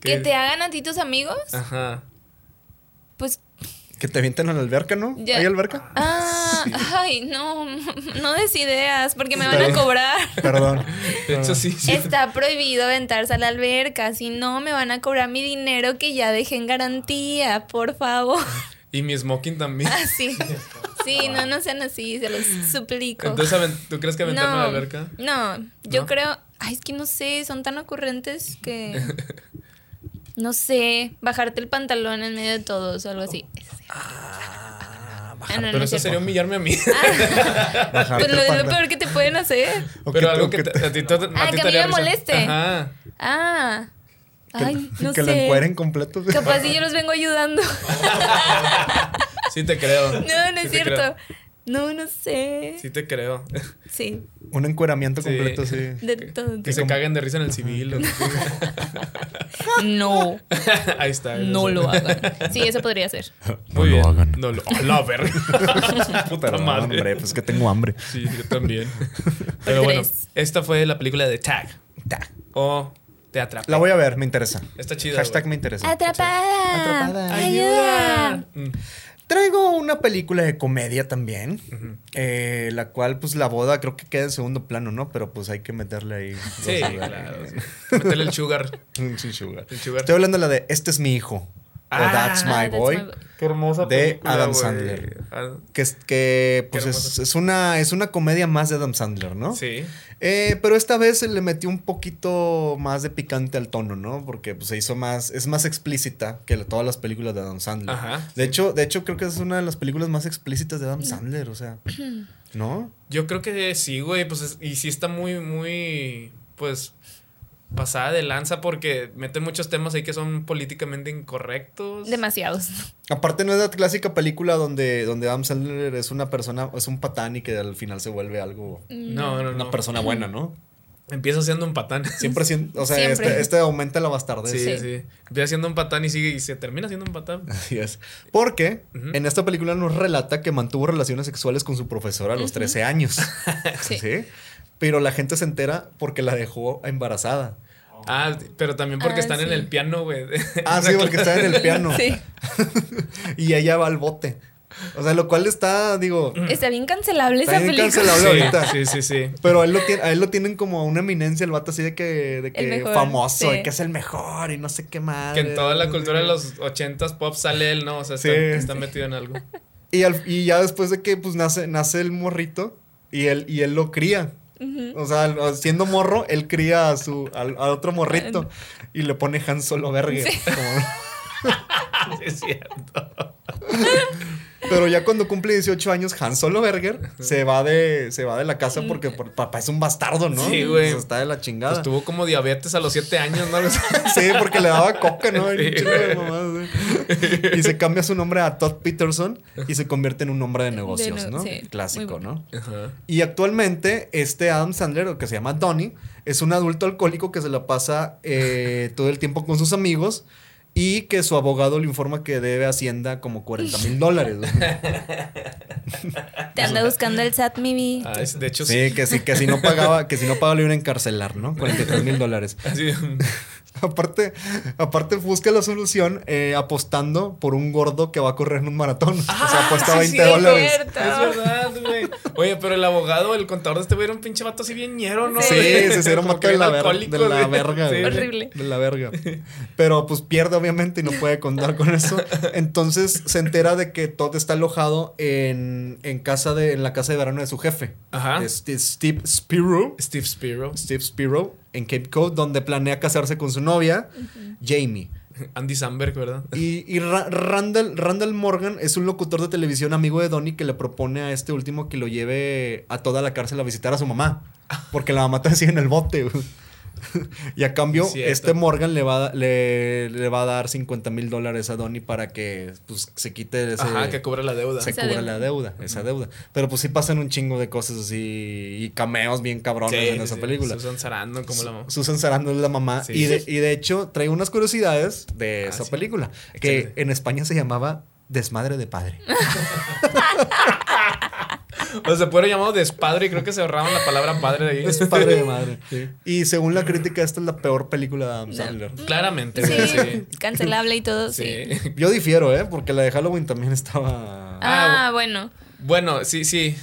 Speaker 5: Que te hagan a ti tus amigos,
Speaker 3: Ajá.
Speaker 5: pues.
Speaker 4: Que te avientan a la alberca, ¿no?
Speaker 5: Ya.
Speaker 4: ¿Hay alberca?
Speaker 5: Ah, ay, no, no des ideas, porque me van a
Speaker 4: Perdón.
Speaker 5: cobrar.
Speaker 4: Perdón. Ah.
Speaker 3: De hecho, sí. sí.
Speaker 5: Está prohibido aventarse a la alberca, si no me van a cobrar mi dinero que ya dejé en garantía, por favor.
Speaker 3: Y mi smoking también.
Speaker 5: Así. Sí, no, no sean así, se los suplico.
Speaker 3: Entonces, aven- ¿tú crees que aventarme a la alberca?
Speaker 5: No, yo
Speaker 3: ¿No?
Speaker 5: creo, ay, es que no sé, son tan ocurrentes que no sé, bajarte el pantalón en medio de todos o algo así. Ah, no,
Speaker 3: Pero
Speaker 5: no
Speaker 3: eso
Speaker 5: es
Speaker 3: sería
Speaker 5: cierto.
Speaker 3: humillarme a mí.
Speaker 4: Bajarte
Speaker 5: Pues lo,
Speaker 4: el
Speaker 5: es lo
Speaker 4: panda.
Speaker 5: peor que te pueden hacer.
Speaker 4: O
Speaker 3: Pero
Speaker 4: que-
Speaker 3: algo
Speaker 4: o
Speaker 3: que, te- a ti, te- a
Speaker 5: Ah,
Speaker 3: ti te
Speaker 5: que a mí
Speaker 3: haría
Speaker 5: me
Speaker 3: risa.
Speaker 5: moleste.
Speaker 3: Ajá.
Speaker 5: Ah, ay, no
Speaker 4: que
Speaker 5: sé.
Speaker 4: lo encueren completo.
Speaker 5: Capaz si yo los vengo ayudando.
Speaker 3: Sí te creo.
Speaker 5: No, no
Speaker 3: Sí
Speaker 5: es
Speaker 3: te creo.
Speaker 5: cierto. No, no sé.
Speaker 3: Sí te creo.
Speaker 5: Sí,
Speaker 4: Un encueramiento
Speaker 3: Sí.
Speaker 4: completo, sí.
Speaker 5: de todo.
Speaker 3: Que se
Speaker 4: como-
Speaker 3: caguen de risa en el civil. o algo
Speaker 5: No,
Speaker 3: así. Ahí está.
Speaker 5: no lo hagan. Sí, eso podría ser.
Speaker 3: Muy bien. No lo hagan. la verga. Puta
Speaker 4: Perdón,
Speaker 3: madre.
Speaker 4: hombre, pues que tengo hambre.
Speaker 3: Sí, yo también. Pero bueno,
Speaker 5: Tres.
Speaker 3: esta fue la película de Tag.
Speaker 4: Ta.
Speaker 3: O Te atrapé.
Speaker 4: La voy a ver, me interesa.
Speaker 3: Está chida.
Speaker 4: Hashtag
Speaker 3: güey.
Speaker 4: me interesa.
Speaker 5: Atrapada.
Speaker 4: Atrapada.
Speaker 5: Ayuda.
Speaker 3: Mm.
Speaker 4: Traigo una película de comedia también, eh, la cual pues la boda creo que queda en segundo plano, ¿no? Pero pues hay que meterle ahí.
Speaker 3: Sí,
Speaker 4: cosas, ¿verdad?
Speaker 3: claro. sí. Métele el sugar.
Speaker 4: Un sin sugar.
Speaker 3: El sugar.
Speaker 4: Estoy hablando de la de Este es mi hijo.
Speaker 3: Ah,
Speaker 4: o That's My
Speaker 5: Ah,
Speaker 4: Boy.
Speaker 5: That's My Boy.
Speaker 3: Qué hermosa
Speaker 4: De
Speaker 3: película,
Speaker 4: Adam
Speaker 3: güey.
Speaker 4: Sandler.
Speaker 3: Ad-
Speaker 4: Que, es- que pues
Speaker 3: Qué
Speaker 4: es,
Speaker 3: hermoso.
Speaker 4: es una, es una comedia más de Adam Sandler, ¿no?
Speaker 3: Sí.
Speaker 4: Eh, pero esta vez se le metió un poquito más de picante al tono, ¿no? Porque pues, se hizo más, es más explícita que la- todas las películas de Adam Sandler.
Speaker 3: Ajá.
Speaker 4: De hecho, de hecho creo que es una de las películas más explícitas de Adam Sandler, o sea, ¿no?
Speaker 3: Yo creo que sí, güey. Pues es- y sí está muy, muy. Pues. pasada de lanza porque meten muchos temas ahí que son políticamente incorrectos.
Speaker 5: Demasiados.
Speaker 4: Aparte no es la clásica película donde, donde Adam Sandler es una persona, es un patán y que al final se vuelve algo,
Speaker 5: Mm.
Speaker 3: No, no, no.
Speaker 4: una persona buena, ¿no?
Speaker 3: Empieza siendo un patán.
Speaker 4: Siempre, sien- o sea,
Speaker 5: Siempre.
Speaker 4: Este, este aumenta la bastardez.
Speaker 3: Sí, sí,
Speaker 5: Sí.
Speaker 3: Empieza siendo un patán y sigue y se termina siendo un patán.
Speaker 4: Así es. Porque
Speaker 3: Ujú.
Speaker 4: en esta película nos relata que mantuvo relaciones sexuales con su profesora a los 13 años.
Speaker 5: Sí.
Speaker 4: Sí. Pero la gente se entera porque la dejó embarazada.
Speaker 3: Ah, pero también porque
Speaker 5: Ah,
Speaker 3: están en
Speaker 5: sí.
Speaker 3: el piano, güey.
Speaker 4: Ah, sí, porque está en el piano.
Speaker 5: Sí.
Speaker 4: Y ella va al bote. O sea, lo cual está, digo.
Speaker 5: Está bien cancelable
Speaker 4: Está
Speaker 5: esa
Speaker 4: bien
Speaker 5: película.
Speaker 4: cancelable.
Speaker 3: Sí,
Speaker 4: ahorita.
Speaker 3: sí, sí, sí.
Speaker 4: Pero a él, lo tiene- a él lo tienen como una eminencia, el vato así de que, de que
Speaker 5: mejor,
Speaker 4: famoso
Speaker 5: sí.
Speaker 4: y que es el mejor y no sé qué más.
Speaker 3: Que en toda la cultura de los ochentas pop sale él, ¿no? O sea, está,
Speaker 4: Sí.
Speaker 3: está metido en algo.
Speaker 4: Y, al- y ya después de que pues nace, nace el morrito y él, y él lo cría. O sea, lo- siendo morro, él cría a su al, a otro morrito y le pone Han Solo vergue. como-
Speaker 3: Sí, es cierto.
Speaker 4: pero ya cuando cumple 18 años, Han Solo Berger se va de, se va de la casa porque por- papá es un bastardo, ¿no?
Speaker 3: Mm. Sí, güey.
Speaker 4: O sea, está de la chingada.
Speaker 3: Pues tuvo como diabetes a los siete años, ¿no?
Speaker 4: Sí, porque le daba coca, ¿no?
Speaker 3: Sí,
Speaker 4: Un chingo de mamadas, güey. Y se cambia su nombre a Todd Peterson y se convierte en un hombre de negocios,
Speaker 5: no-
Speaker 4: ¿no?
Speaker 5: sí, muy
Speaker 4: Clásico,
Speaker 5: bueno.
Speaker 4: ¿no?
Speaker 3: Ajá.
Speaker 4: Y actualmente este Adam Sandler, o que se llama Donnie, es un adulto alcohólico que se la pasa eh, todo el tiempo con sus amigos y que su abogado le informa que debe Hacienda como 40 mil dólares. güey.
Speaker 5: Te anda buscando el SAT, Mimi.
Speaker 3: Ah, es- de hecho, sí.
Speaker 4: Sí, que, sí, que si no pagaba, que si no pagaba le iban a encarcelar, ¿no? 43 mil dólares.
Speaker 3: Así, mm,
Speaker 4: Aparte, aparte busca la solución eh, apostando por un gordo que va a correr en un maratón. o sea, apuesta
Speaker 3: sí,
Speaker 4: 20
Speaker 3: sí,
Speaker 4: dólares.
Speaker 5: cierto.
Speaker 3: Es verdad, güey. Oye, pero el abogado, el contador de este güey era un pinche vato así bien ñero, ¿no?
Speaker 4: Sí,
Speaker 3: Güey?
Speaker 4: se hicieron
Speaker 3: Como
Speaker 4: matar
Speaker 3: que
Speaker 4: de
Speaker 3: bien
Speaker 4: la, ver-
Speaker 3: alcohólico,
Speaker 4: de la
Speaker 3: güey.
Speaker 4: verga.
Speaker 3: Sí.
Speaker 4: güey.
Speaker 5: Horrible.
Speaker 4: De la verga. Pero pues pierde, obviamente, y no puede contar con eso. Entonces se entera de que Todd está alojado en, en casa de, en la casa de verano de su jefe.
Speaker 3: Ajá.
Speaker 4: Es- es Steve Spiro.
Speaker 3: Steve Spiro,
Speaker 4: Steve Spiro en Cape Cod, donde planea casarse con su novia, Jamie.
Speaker 3: Andy Samberg, ¿verdad?
Speaker 4: Y, y Ra- Randall, Randall Morgan es un locutor de televisión amigo de Donnie que le propone a este último que lo lleve a toda la cárcel a visitar a su mamá. Porque la mamá está así en el bote. güey. y a cambio,
Speaker 3: Es cierto.
Speaker 4: este Morgan le va, a da- le, le va a dar 50 mil dólares a Donnie para que pues, se quite ese-
Speaker 3: Ajá, que cubra la deuda.
Speaker 4: se
Speaker 5: Esa
Speaker 4: cubra
Speaker 5: deuda.
Speaker 4: la deuda, esa deuda. Pero pues sí pasan un chingo de cosas así y cameos bien cabrones
Speaker 3: Sí,
Speaker 4: en
Speaker 3: sí,
Speaker 4: esa
Speaker 3: sí.
Speaker 4: película.
Speaker 3: Susan Sarandon, como la mamá.
Speaker 4: Susan Sarandon es la mamá.
Speaker 3: Sí.
Speaker 4: Y, de, y de hecho, trae unas curiosidades de
Speaker 3: Ah,
Speaker 4: esa
Speaker 3: sí.
Speaker 4: película.
Speaker 3: Excelente.
Speaker 4: Que en España se llamaba Desmadre de Padre.
Speaker 3: O sea, fueron llamados despadre y creo que se ahorraron la palabra padre de ahí.
Speaker 4: Despadre de Madre. Y según la crítica, esta es la peor película de Adam Sandler.
Speaker 3: Claramente, güey,
Speaker 5: Sí,
Speaker 3: sí.
Speaker 5: cancelable y todo, sí.
Speaker 3: Sí.
Speaker 4: Yo difiero, ¿eh? Porque la de Halloween también estaba.
Speaker 3: Ah,
Speaker 5: Ah, bueno.
Speaker 3: Bueno, sí, sí.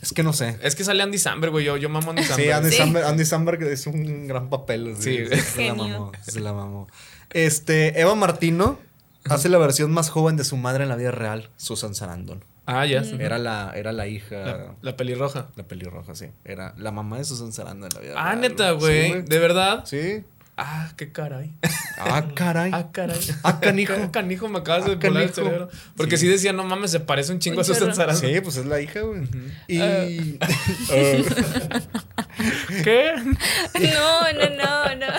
Speaker 4: Es que no sé.
Speaker 3: Es que sale Andy Samberg, güey. Yo, yo mamo a Andy Samberg.
Speaker 4: Sí, Andy,
Speaker 5: Sí.
Speaker 4: Samberg, Andy Samberg es un gran papel.
Speaker 3: Sí,
Speaker 4: Sí,
Speaker 3: güey.
Speaker 4: se la
Speaker 5: Genio.
Speaker 4: mamó. Se la mamó. Este, Eva Martino hace la versión más joven de su madre en la vida real, Susan Sarandon.
Speaker 3: Ah, ya.
Speaker 4: Era la, era la hija.
Speaker 3: La, la pelirroja.
Speaker 4: La pelirroja, sí. Era la mamá de Susan Sarandon en la vida.
Speaker 3: Ah,
Speaker 4: real,
Speaker 3: neta, güey.
Speaker 4: Sí,
Speaker 3: ¿De verdad?
Speaker 4: Sí.
Speaker 3: Ah, qué caray.
Speaker 4: Ah, caray.
Speaker 3: Ah, caray.
Speaker 4: Ah, canijo.
Speaker 3: Ca- Canijo, me acabas de
Speaker 4: Ah,
Speaker 3: volar el
Speaker 4: canijo.
Speaker 3: cerebro. Porque sí.
Speaker 4: Sí.
Speaker 3: decía, no mames, se parece un chingo
Speaker 5: Un
Speaker 3: a Susan
Speaker 5: chorro.
Speaker 3: Sarandon.
Speaker 4: Sí, pues es la hija, güey. Y. Ah.
Speaker 3: ¿Qué?
Speaker 5: No, no, no, no.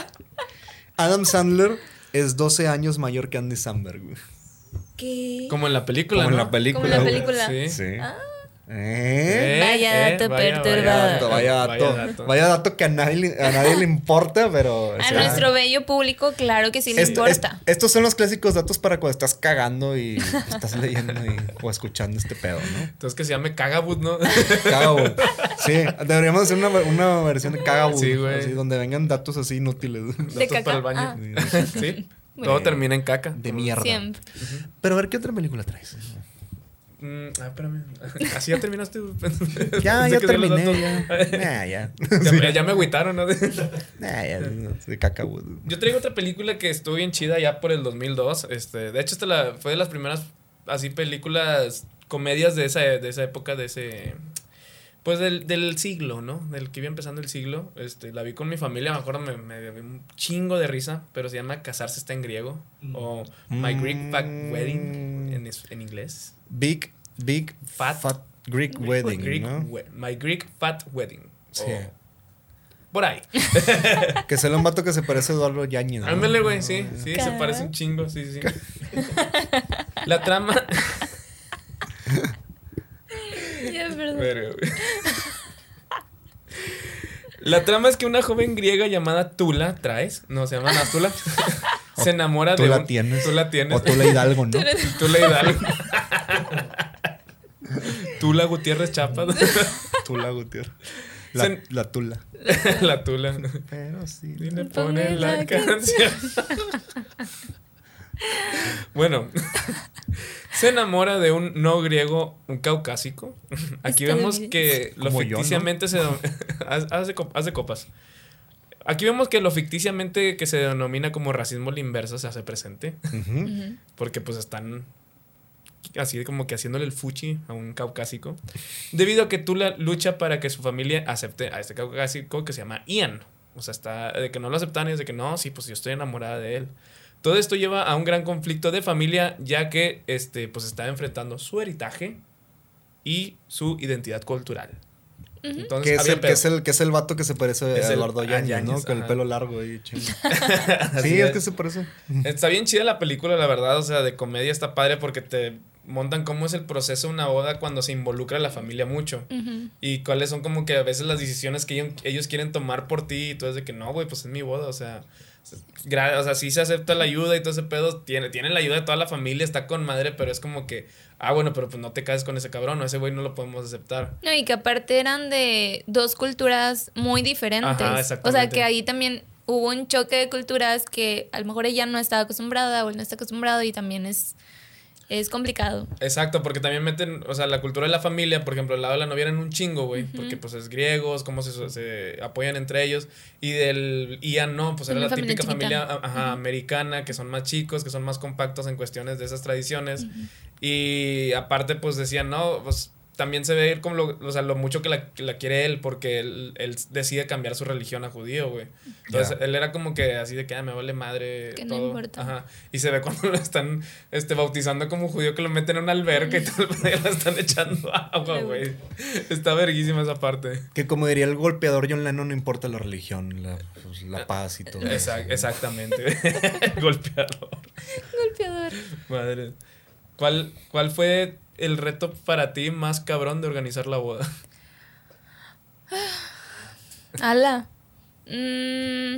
Speaker 4: Adam Sandler es 12 años mayor que Andy Samberg, güey.
Speaker 5: ¿Qué?
Speaker 3: Como en la película.
Speaker 4: Como en
Speaker 3: ¿no?
Speaker 4: la película.
Speaker 5: Como en la
Speaker 4: güey.
Speaker 5: película.
Speaker 3: Sí.
Speaker 4: Sí.
Speaker 5: Ah.
Speaker 4: ¿Eh?
Speaker 5: Vaya dato perturbador.
Speaker 4: Dato, vaya dato, vaya dato. que a nadie, le- a nadie le importa, pero. o
Speaker 5: A
Speaker 4: sea,
Speaker 5: nuestro bello público, claro que sí le
Speaker 3: Este,
Speaker 4: esto-
Speaker 5: importa.
Speaker 4: es- estos son los clásicos datos para cuando estás cagando y estás leyendo y- o escuchando este pedo, ¿no?
Speaker 3: Entonces que se llame Cagabut, ¿no?
Speaker 4: Cagaboo. Sí, deberíamos hacer una, una versión de Cagaboo.
Speaker 3: Sí, güey.
Speaker 4: así, donde vengan datos así inútiles.
Speaker 5: De
Speaker 3: Datos
Speaker 5: caca.
Speaker 3: para el baño.
Speaker 5: Ah.
Speaker 3: Sí.
Speaker 5: Bueno.
Speaker 3: Todo termina en caca.
Speaker 4: De mierda.
Speaker 5: Siempre.
Speaker 4: Pero a ver, ¿qué otra película traes?
Speaker 3: Mm, ah, espérame. Así ya terminaste.
Speaker 4: Ya,
Speaker 3: Pensé
Speaker 4: ya
Speaker 3: que sí, los
Speaker 4: terminé.
Speaker 3: datos.
Speaker 4: Ya, Nah, ya.
Speaker 3: Ya, me- ya me agüitaron, ¿no?
Speaker 4: Nah, ya, no, De Cagaboo.
Speaker 3: Yo traigo otra película que estuvo bien chida ya por el 2002. Este, de hecho, esta la, fue de las primeras así películas, comedias de esa, de esa época, de ese... Pues del, del siglo, ¿no? Del que iba empezando el siglo. Este, la vi con mi familia, me acuerdo, me, me dio un chingo de risa, pero se llama Casarse está en griego. O My Greek Fat
Speaker 4: Mm.
Speaker 3: Wedding en, es- en inglés.
Speaker 4: Big, Big Fat,
Speaker 3: Fat-
Speaker 4: Greek Wedding,
Speaker 3: Greek Oh.
Speaker 4: ¿no?
Speaker 3: We- My Greek Fat Wedding.
Speaker 4: Sí.
Speaker 3: O por ahí.
Speaker 4: Que sale un vato que se parece a Eduardo Yañez. ¿no? Ah.
Speaker 3: Ándale, güey, sí, sí, se
Speaker 5: Cara.
Speaker 3: parece un chingo, sí, sí. La trama.
Speaker 5: Ya, perdón.
Speaker 3: Verga, güey. La trama es que una joven griega llamada Tula, ¿traes? No, se llama nada, Tula. se enamora
Speaker 4: Tú
Speaker 3: de.
Speaker 4: la
Speaker 3: un-
Speaker 4: tienes.
Speaker 3: Tú la tienes.
Speaker 4: O tú la Hidalgo, ¿no?
Speaker 5: Tú eres-
Speaker 3: Tula Hidalgo. Tula Gutiérrez Chapas.
Speaker 4: Tula Gutiérrez. La,
Speaker 3: Sen-
Speaker 4: la Tula.
Speaker 3: la Tula.
Speaker 4: Pero sí.
Speaker 3: Y le pone la canción. bueno, se enamora de un no griego, un caucásico. Aquí vemos que lo
Speaker 4: Como yo, ¿no?
Speaker 3: ficticiamente se. dom- haz, haz de, cop- haz de copas. Aquí vemos que lo ficticiamente que se denomina como racismo al inverso se hace presente.
Speaker 4: Ujú.
Speaker 5: Ujú.
Speaker 3: Porque pues están así como que haciéndole el fuchi a un caucásico. Debido a que Tula lucha para que su familia acepte a este caucásico que se llama Ian. O sea, está de que no lo aceptan y es de que no, sí, pues yo estoy enamorada de él. Todo esto lleva a un gran conflicto de familia ya que este pues está enfrentando su heritaje y su identidad cultural.
Speaker 5: ¿Mm?
Speaker 3: Entonces,
Speaker 4: Que es,
Speaker 3: había
Speaker 4: el, que,
Speaker 3: pedo.
Speaker 4: es el, que es el vato que se parece
Speaker 3: Es
Speaker 4: a
Speaker 3: el-
Speaker 4: Eduardo
Speaker 3: ah,
Speaker 4: Yañez, ¿no?
Speaker 3: Yáñez,
Speaker 4: Con el
Speaker 3: ajá.
Speaker 4: pelo largo ahí, chingo.
Speaker 3: Así
Speaker 4: Sí, es
Speaker 3: es.
Speaker 4: que se parece.
Speaker 3: Está bien chida la película, la verdad. O sea, de comedia está padre porque te montan cómo es el proceso de una boda cuando se involucra la familia mucho.
Speaker 5: Ujú.
Speaker 3: Y cuáles son como que a veces las decisiones que ellos- ellos quieren tomar por ti. Y tú es de que no, güey, pues es mi boda. O sea, gra- o sea, sí se acepta la ayuda y todo ese pedo. Tiene, tiene la ayuda de toda la familia, está con madre, pero es como que, ah, bueno, pero pues no te cases con ese cabrón o ese güey no lo podemos aceptar.
Speaker 5: No, y que aparte eran de dos culturas muy diferentes.
Speaker 3: Ajá,
Speaker 5: o sea,
Speaker 3: exactamente.
Speaker 5: que ahí también hubo un choque de culturas que a lo mejor ella no estaba acostumbrada o él no está acostumbrado y también es, es complicado.
Speaker 3: Exacto, porque también meten, o sea, la cultura de la familia, por ejemplo, al lado de la novia eran un chingo, güey, porque pues es griegos, cómo se, se apoyan entre ellos, y del Ian no, pues era
Speaker 5: Una
Speaker 3: la
Speaker 5: familia
Speaker 3: típica familia
Speaker 5: chiquita.
Speaker 3: ajá, americana, que son más chicos, que son más compactos en cuestiones de esas tradiciones, y aparte pues decían, no, pues también se ve ir como lo, o sea, lo mucho que la, que la quiere él, porque él, él decide cambiar su religión a judío, güey. Entonces él era como que así de que "Ah, me vale madre.
Speaker 5: Que no
Speaker 3: todo.
Speaker 5: importa.
Speaker 3: Ajá. Y se ve cuando lo están este, bautizando como judío que lo meten en una alberca y todo el pedo, y la están echando agua,
Speaker 5: Me
Speaker 3: güey. Está verguísima esa parte.
Speaker 4: Que como diría el golpeador John Lennon, no importa la religión, la, pues,
Speaker 3: Eh,
Speaker 4: la paz y todo. eso.
Speaker 3: Exact- exactamente. Golpeador.
Speaker 5: Golpeador.
Speaker 3: Madre. ¿Cuál, ¿Cuál fue el reto para ti más cabrón de organizar la boda?
Speaker 5: Ala. Mm.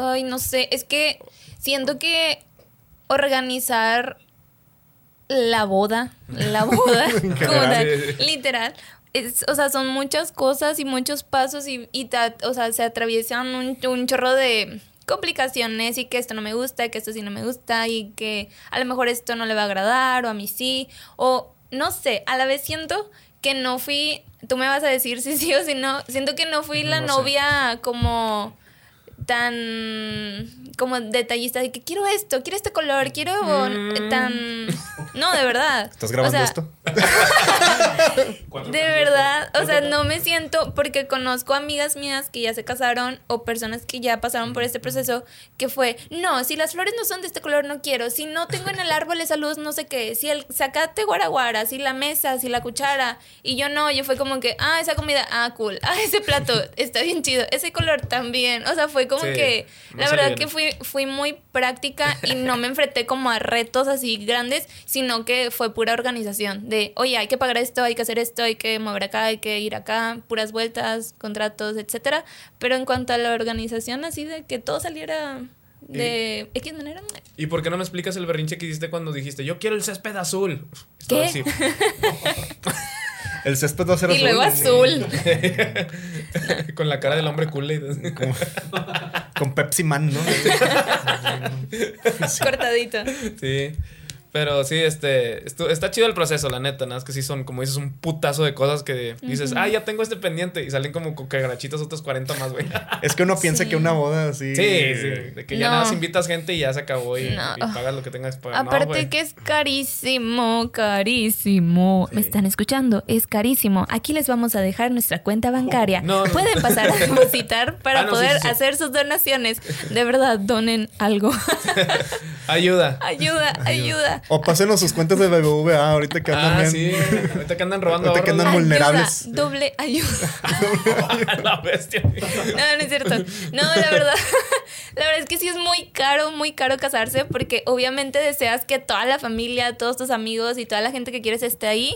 Speaker 5: Ay, no sé. Es que siento que organizar la boda, la boda, como tal,
Speaker 3: Sí.
Speaker 5: literal. es- o sea, son muchas cosas y muchos pasos y, y ta- o sea, se atraviesan un, un chorro de complicaciones y que esto no me gusta, que esto sí no me gusta y que a lo mejor esto no le va a agradar o a mí sí o no sé, a la vez siento que no fui, tú me vas a decir si sí o si no, siento que no fui la
Speaker 3: No sé.
Speaker 5: novia como tan como detallista de que quiero esto, quiero este color, quiero
Speaker 3: Mm.
Speaker 5: tan no, de verdad.
Speaker 4: ¿Estás grabando
Speaker 5: O sea,
Speaker 4: esto?
Speaker 5: de verdad, o sea, no me siento porque conozco amigas mías que ya se casaron o personas que ya pasaron por este proceso que fue, no, si las flores no son de este color no quiero, si no tengo en el árbol esa luz no sé qué, si el sacate guaraguara, si la mesa, si la cuchara y yo no, yo fue como que, ah, esa comida, ah, cool, ah, ese plato está bien chido, ese color también, o sea, fue como
Speaker 3: Sí,
Speaker 5: que
Speaker 3: no
Speaker 5: la
Speaker 3: se
Speaker 5: verdad
Speaker 3: olviden.
Speaker 5: que fui fui muy práctica y no me enfrenté como a retos así grandes, sino que fue pura organización de, oye, hay que pagar esto, hay que hacer esto, hay que mover acá, hay que ir acá, puras vueltas, contratos, etcétera. Pero en cuanto a la organización, así de que todo saliera de X manera.
Speaker 3: ¿Y por qué no me explicas el berrinche que hiciste cuando dijiste yo quiero el césped azul?
Speaker 5: ¿Qué?
Speaker 3: Así.
Speaker 4: El césped va a ser
Speaker 5: Y luego azul.
Speaker 3: Con la cara del hombre cool.
Speaker 4: Como- con Pepsi Man, ¿no?
Speaker 5: Cortadito.
Speaker 3: Sí. Pero sí, este, estu- está chido el proceso, la neta, nada más que sí son, como dices, un putazo de cosas que dices, ah, ya tengo este pendiente, y salen como cucarachitas otros 40 más, güey.
Speaker 4: Es que uno piensa
Speaker 5: Sí.
Speaker 4: que una boda así.
Speaker 3: Sí, sí, de que ya
Speaker 5: No.
Speaker 3: nada más invitas gente y ya se acabó y,
Speaker 5: No.
Speaker 3: y pagas lo que tengas que pagar. Pues No,
Speaker 5: Aparte
Speaker 3: güey.
Speaker 5: que es carísimo, carísimo. ¿Me están escuchando? Es carísimo. Aquí les vamos a dejar nuestra cuenta bancaria.
Speaker 3: No, no.
Speaker 5: Pueden pasar a depositar para
Speaker 3: Ah, no, sí,
Speaker 5: poder
Speaker 3: sí, sí.
Speaker 5: hacer sus donaciones. De verdad, donen algo.
Speaker 3: Ayuda.
Speaker 5: ayuda, ayuda. sea.
Speaker 4: O pásenos sus cuentas de BBVA ahorita que andan
Speaker 3: Ah,
Speaker 4: bien.
Speaker 3: sí. Ahorita que andan robando
Speaker 4: Ahorita que
Speaker 5: ayuda,
Speaker 4: andan
Speaker 3: ahorros.
Speaker 4: vulnerables.
Speaker 5: Doble ayuda.
Speaker 3: La bestia.
Speaker 5: No, no es cierto. No, la verdad. La verdad es que sí es muy caro, muy caro casarse porque obviamente deseas que toda la familia, todos tus amigos y toda la gente que quieres esté ahí.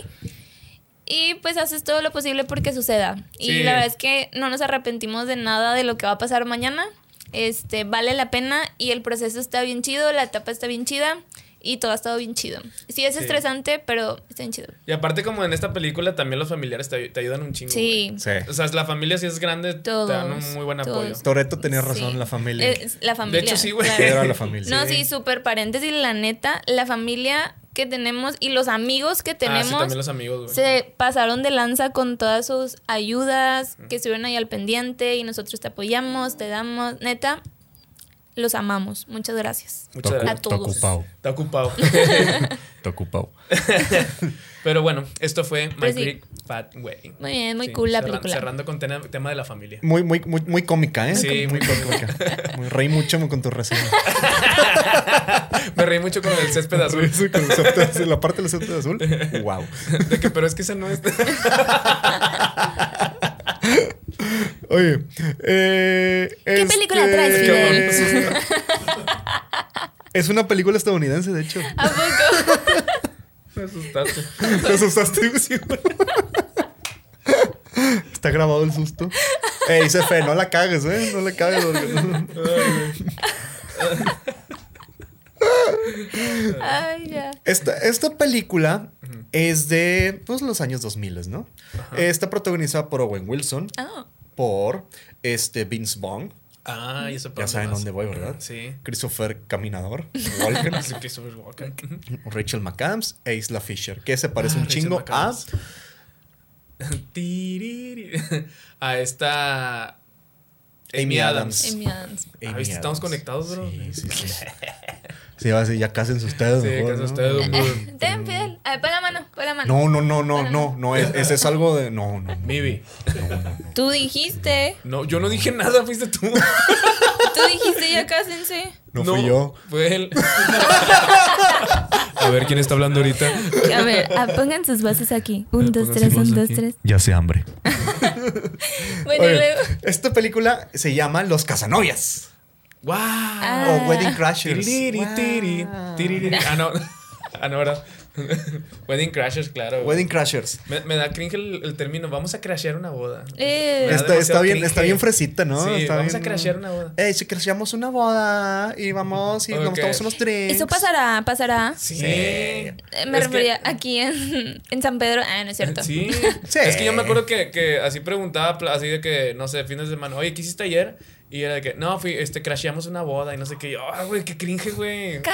Speaker 5: Y pues haces todo lo posible porque suceda.
Speaker 3: Sí.
Speaker 5: Y la verdad es que no nos arrepentimos de nada de lo que va a pasar mañana. Este, vale la pena y el proceso está bien chido, la etapa está bien chida y todo ha estado bien chido. Sí es
Speaker 3: Sí.
Speaker 5: estresante, pero está bien chido.
Speaker 3: Y aparte, como en esta película, también los familiares te, te ayudan un chingo.
Speaker 5: Sí.
Speaker 3: güey. O sea, la familia si es grande, te dan un
Speaker 5: Todos,
Speaker 3: muy buen
Speaker 5: todos.
Speaker 3: apoyo. Ah,
Speaker 4: Toreto tenía
Speaker 5: Sí.
Speaker 4: razón, la familia.
Speaker 5: Eh, la familia.
Speaker 3: De hecho, sí, güey.
Speaker 5: claro.
Speaker 4: Era la familia.
Speaker 5: No,
Speaker 3: Sí.
Speaker 5: sí, súper paréntesis, la neta, la familia que tenemos y los amigos que
Speaker 3: Ah, sí,
Speaker 5: tenemos
Speaker 3: también los amigos, güey.
Speaker 5: se pasaron de lanza con todas sus ayudas, que estuvieron ahí al pendiente y nosotros te apoyamos, te damos, neta, los amamos. Muchas gracias.
Speaker 3: Muchas
Speaker 1: Tocu-
Speaker 3: gracias.
Speaker 5: A todos.
Speaker 1: Tocupau.
Speaker 3: Está ocupado.
Speaker 1: Tocupau.
Speaker 3: Pero bueno, esto fue My
Speaker 5: Pero Pues sí.
Speaker 3: Greek Fat Wedding.
Speaker 5: Muy bien, muy
Speaker 3: Sí,
Speaker 5: cool la
Speaker 3: cerra-
Speaker 5: película.
Speaker 3: Cerrando con tena- tema de la familia.
Speaker 4: Muy, muy, muy, muy cómica, ¿eh?
Speaker 3: Sí, muy
Speaker 4: cómica. Muy- reí mucho con tu reseña.
Speaker 3: Me reí mucho con el césped azul.
Speaker 4: Ese concepto azul, la parte del centro azul. Wow.
Speaker 3: De que, pero es que esa no es.
Speaker 4: Oye, eh,
Speaker 5: ¿Qué película traes, Fidel?
Speaker 4: Es una película estadounidense, de hecho.
Speaker 5: ¿A poco?
Speaker 3: Me asustaste.
Speaker 4: Te asustaste, güey, sí, güey. Está grabado el susto. Ey, fe, no la cagues, ¿eh? No la cagues. porque-
Speaker 5: Ay, ya.
Speaker 4: Esta, esta película es de pues, los años 2000, ¿no? Está protagonizada por Owen Wilson,
Speaker 5: Ah,
Speaker 4: por este, Vince Vaughn,
Speaker 3: Ah, y eso
Speaker 4: Ya saben dónde voy, ¿verdad?
Speaker 3: Sí.
Speaker 4: Christopher Caminador, Walker,
Speaker 3: Es Christopher Walken.
Speaker 4: Rachel McAdams e Isla Fisher, que se parece
Speaker 3: Ah,
Speaker 4: un
Speaker 3: Rachel
Speaker 4: chingo a
Speaker 3: McAdams. Tiriri. A esta. Amy
Speaker 4: Amy
Speaker 3: Adams.
Speaker 4: Adams.
Speaker 5: Amy Adams.
Speaker 3: Ah,
Speaker 4: Amy
Speaker 3: ¿viste? Estamos
Speaker 4: Adams.
Speaker 3: conectados, bro.
Speaker 4: Sí, sí, sí. Sí, va a decir, ya casen ustedes,
Speaker 3: Sí,
Speaker 4: mejor,
Speaker 3: que es
Speaker 4: ¿no?
Speaker 3: usted, güey.
Speaker 5: Ten, Fidel. A ver, pon la mano, pon la mano.
Speaker 4: No, no, no, no, no, no, es- ese es algo de. No, no. no.
Speaker 3: Mibi.
Speaker 5: Tú dijiste,
Speaker 3: No, yo no dije nada, fuiste tú.
Speaker 5: tú dijiste ya cásense.
Speaker 4: No fui yo.
Speaker 3: Fue él. A ver quién está hablando ahorita.
Speaker 5: A ver, ah, pongan sus voces aquí. Un, dos, tres, un, dos, tres.
Speaker 1: Ya sé hambre.
Speaker 5: Bueno, y
Speaker 4: Oye,
Speaker 5: luego.
Speaker 3: eh,
Speaker 4: esta película se llama Los Casanovias
Speaker 3: ¡Wow!
Speaker 5: Ah.
Speaker 4: o Wedding Crashers.
Speaker 3: Tiriri, tiri, tiriri. Ah, no. Ah, no, ¿verdad? Wedding Crashers, claro. güey.
Speaker 4: Wedding Crashers.
Speaker 3: Me, me da cringe el, el término. Vamos a crashear una boda.
Speaker 5: Eh,
Speaker 3: Me da
Speaker 4: Está, está
Speaker 3: demasiado
Speaker 4: bien,
Speaker 3: cringe.
Speaker 4: está bien fresita, ¿no?
Speaker 3: Sí,
Speaker 4: Está
Speaker 3: vamos
Speaker 4: bien-
Speaker 3: a crashear una boda.
Speaker 4: Ey, si crasheamos una boda y vamos y
Speaker 3: Ok.
Speaker 4: nos tomamos unos drinks.
Speaker 5: eso pasará, pasará.
Speaker 3: Sí.
Speaker 5: Eh, Me
Speaker 3: Es que-
Speaker 5: refería aquí en, en San Pedro. Ah, no es cierto.
Speaker 3: Sí.
Speaker 4: Sí.
Speaker 3: Es que yo me acuerdo que, que así preguntaba, pla- así de que, no sé, fines de semana, oye, ¿qué hiciste ayer? Y era de que, no, fui, este, crasheamos una boda y no sé qué. Y yo, ah, güey, qué cringe, güey.
Speaker 5: Ca.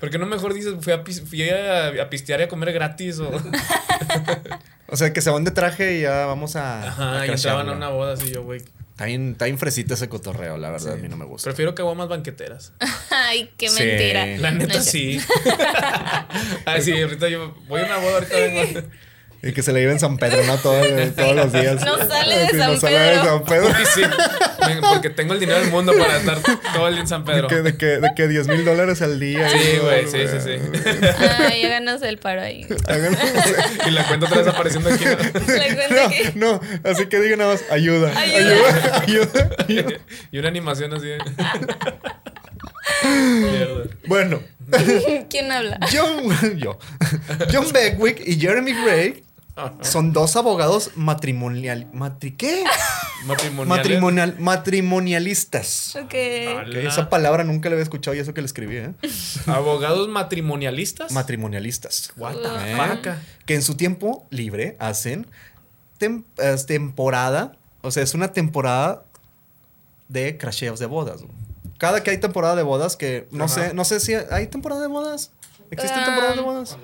Speaker 3: ¿Por qué no mejor dices, fui a, pis- fui a, a pistear y a comer gratis? O,
Speaker 4: O sea, que se van de traje y ya vamos
Speaker 3: ajá, y
Speaker 4: a. a
Speaker 3: entraban
Speaker 4: crashearla.
Speaker 3: a una boda así, yo, güey.
Speaker 4: Está bien, está bien fresita ese cotorreo, la verdad, a mí no me gusta.
Speaker 3: Prefiero que más banqueteras.
Speaker 5: Ay, qué
Speaker 4: Sí.
Speaker 5: mentira.
Speaker 3: La
Speaker 5: No
Speaker 3: neta,
Speaker 5: es cierto.
Speaker 3: sí. ah, sí, ahorita yo voy a una boda, ahorita vengo.
Speaker 4: Y que se le lleven San Pedro, ¿no? Todo- todos los días.
Speaker 5: No sale de
Speaker 4: Sí, no
Speaker 5: San
Speaker 4: sale de
Speaker 5: Pedro.
Speaker 4: San Pedro.
Speaker 3: Y sí, ven, porque tengo el dinero del mundo para estar todo el día en San Pedro.
Speaker 4: Que, de, que, de que 10 mil dólares al día.
Speaker 3: Sí,
Speaker 4: ¿no?
Speaker 3: güey, sí, sí, sí.
Speaker 5: Ay, háganos el paro ahí.
Speaker 4: Hagan-
Speaker 3: Y la cuenta otra vez apareciendo aquí. ¿no?
Speaker 5: Le cuento que.
Speaker 4: No, no, así que digan nada más, ayuda,
Speaker 5: Ayuda.
Speaker 4: ayuda, ayuda, ayuda.
Speaker 3: Y una animación así de. Mierda.
Speaker 4: Bueno,
Speaker 5: ¿Quién habla?
Speaker 4: John, yo, John Beckwick y Jeremy Gray son dos abogados matrimonial, matri, ¿qué?
Speaker 3: Matrimonial.
Speaker 4: Matrimonial, matrimonialistas.
Speaker 5: Ok.
Speaker 3: Ah,
Speaker 4: Ok, Esa palabra nunca la había escuchado y eso que la escribí, ¿eh?
Speaker 3: Abogados matrimonialistas.
Speaker 4: Matrimonialistas.
Speaker 3: What
Speaker 4: ¿eh?
Speaker 3: the fuck?
Speaker 4: que en su tiempo libre hacen tem- es temporada, o sea, es una temporada de crasheos de bodas. güey. Cada que hay temporada de bodas, que no
Speaker 3: Ajá.
Speaker 4: sé, no sé si hay temporada de bodas. ¿Existen
Speaker 5: Ah,
Speaker 4: temporadas de bodas?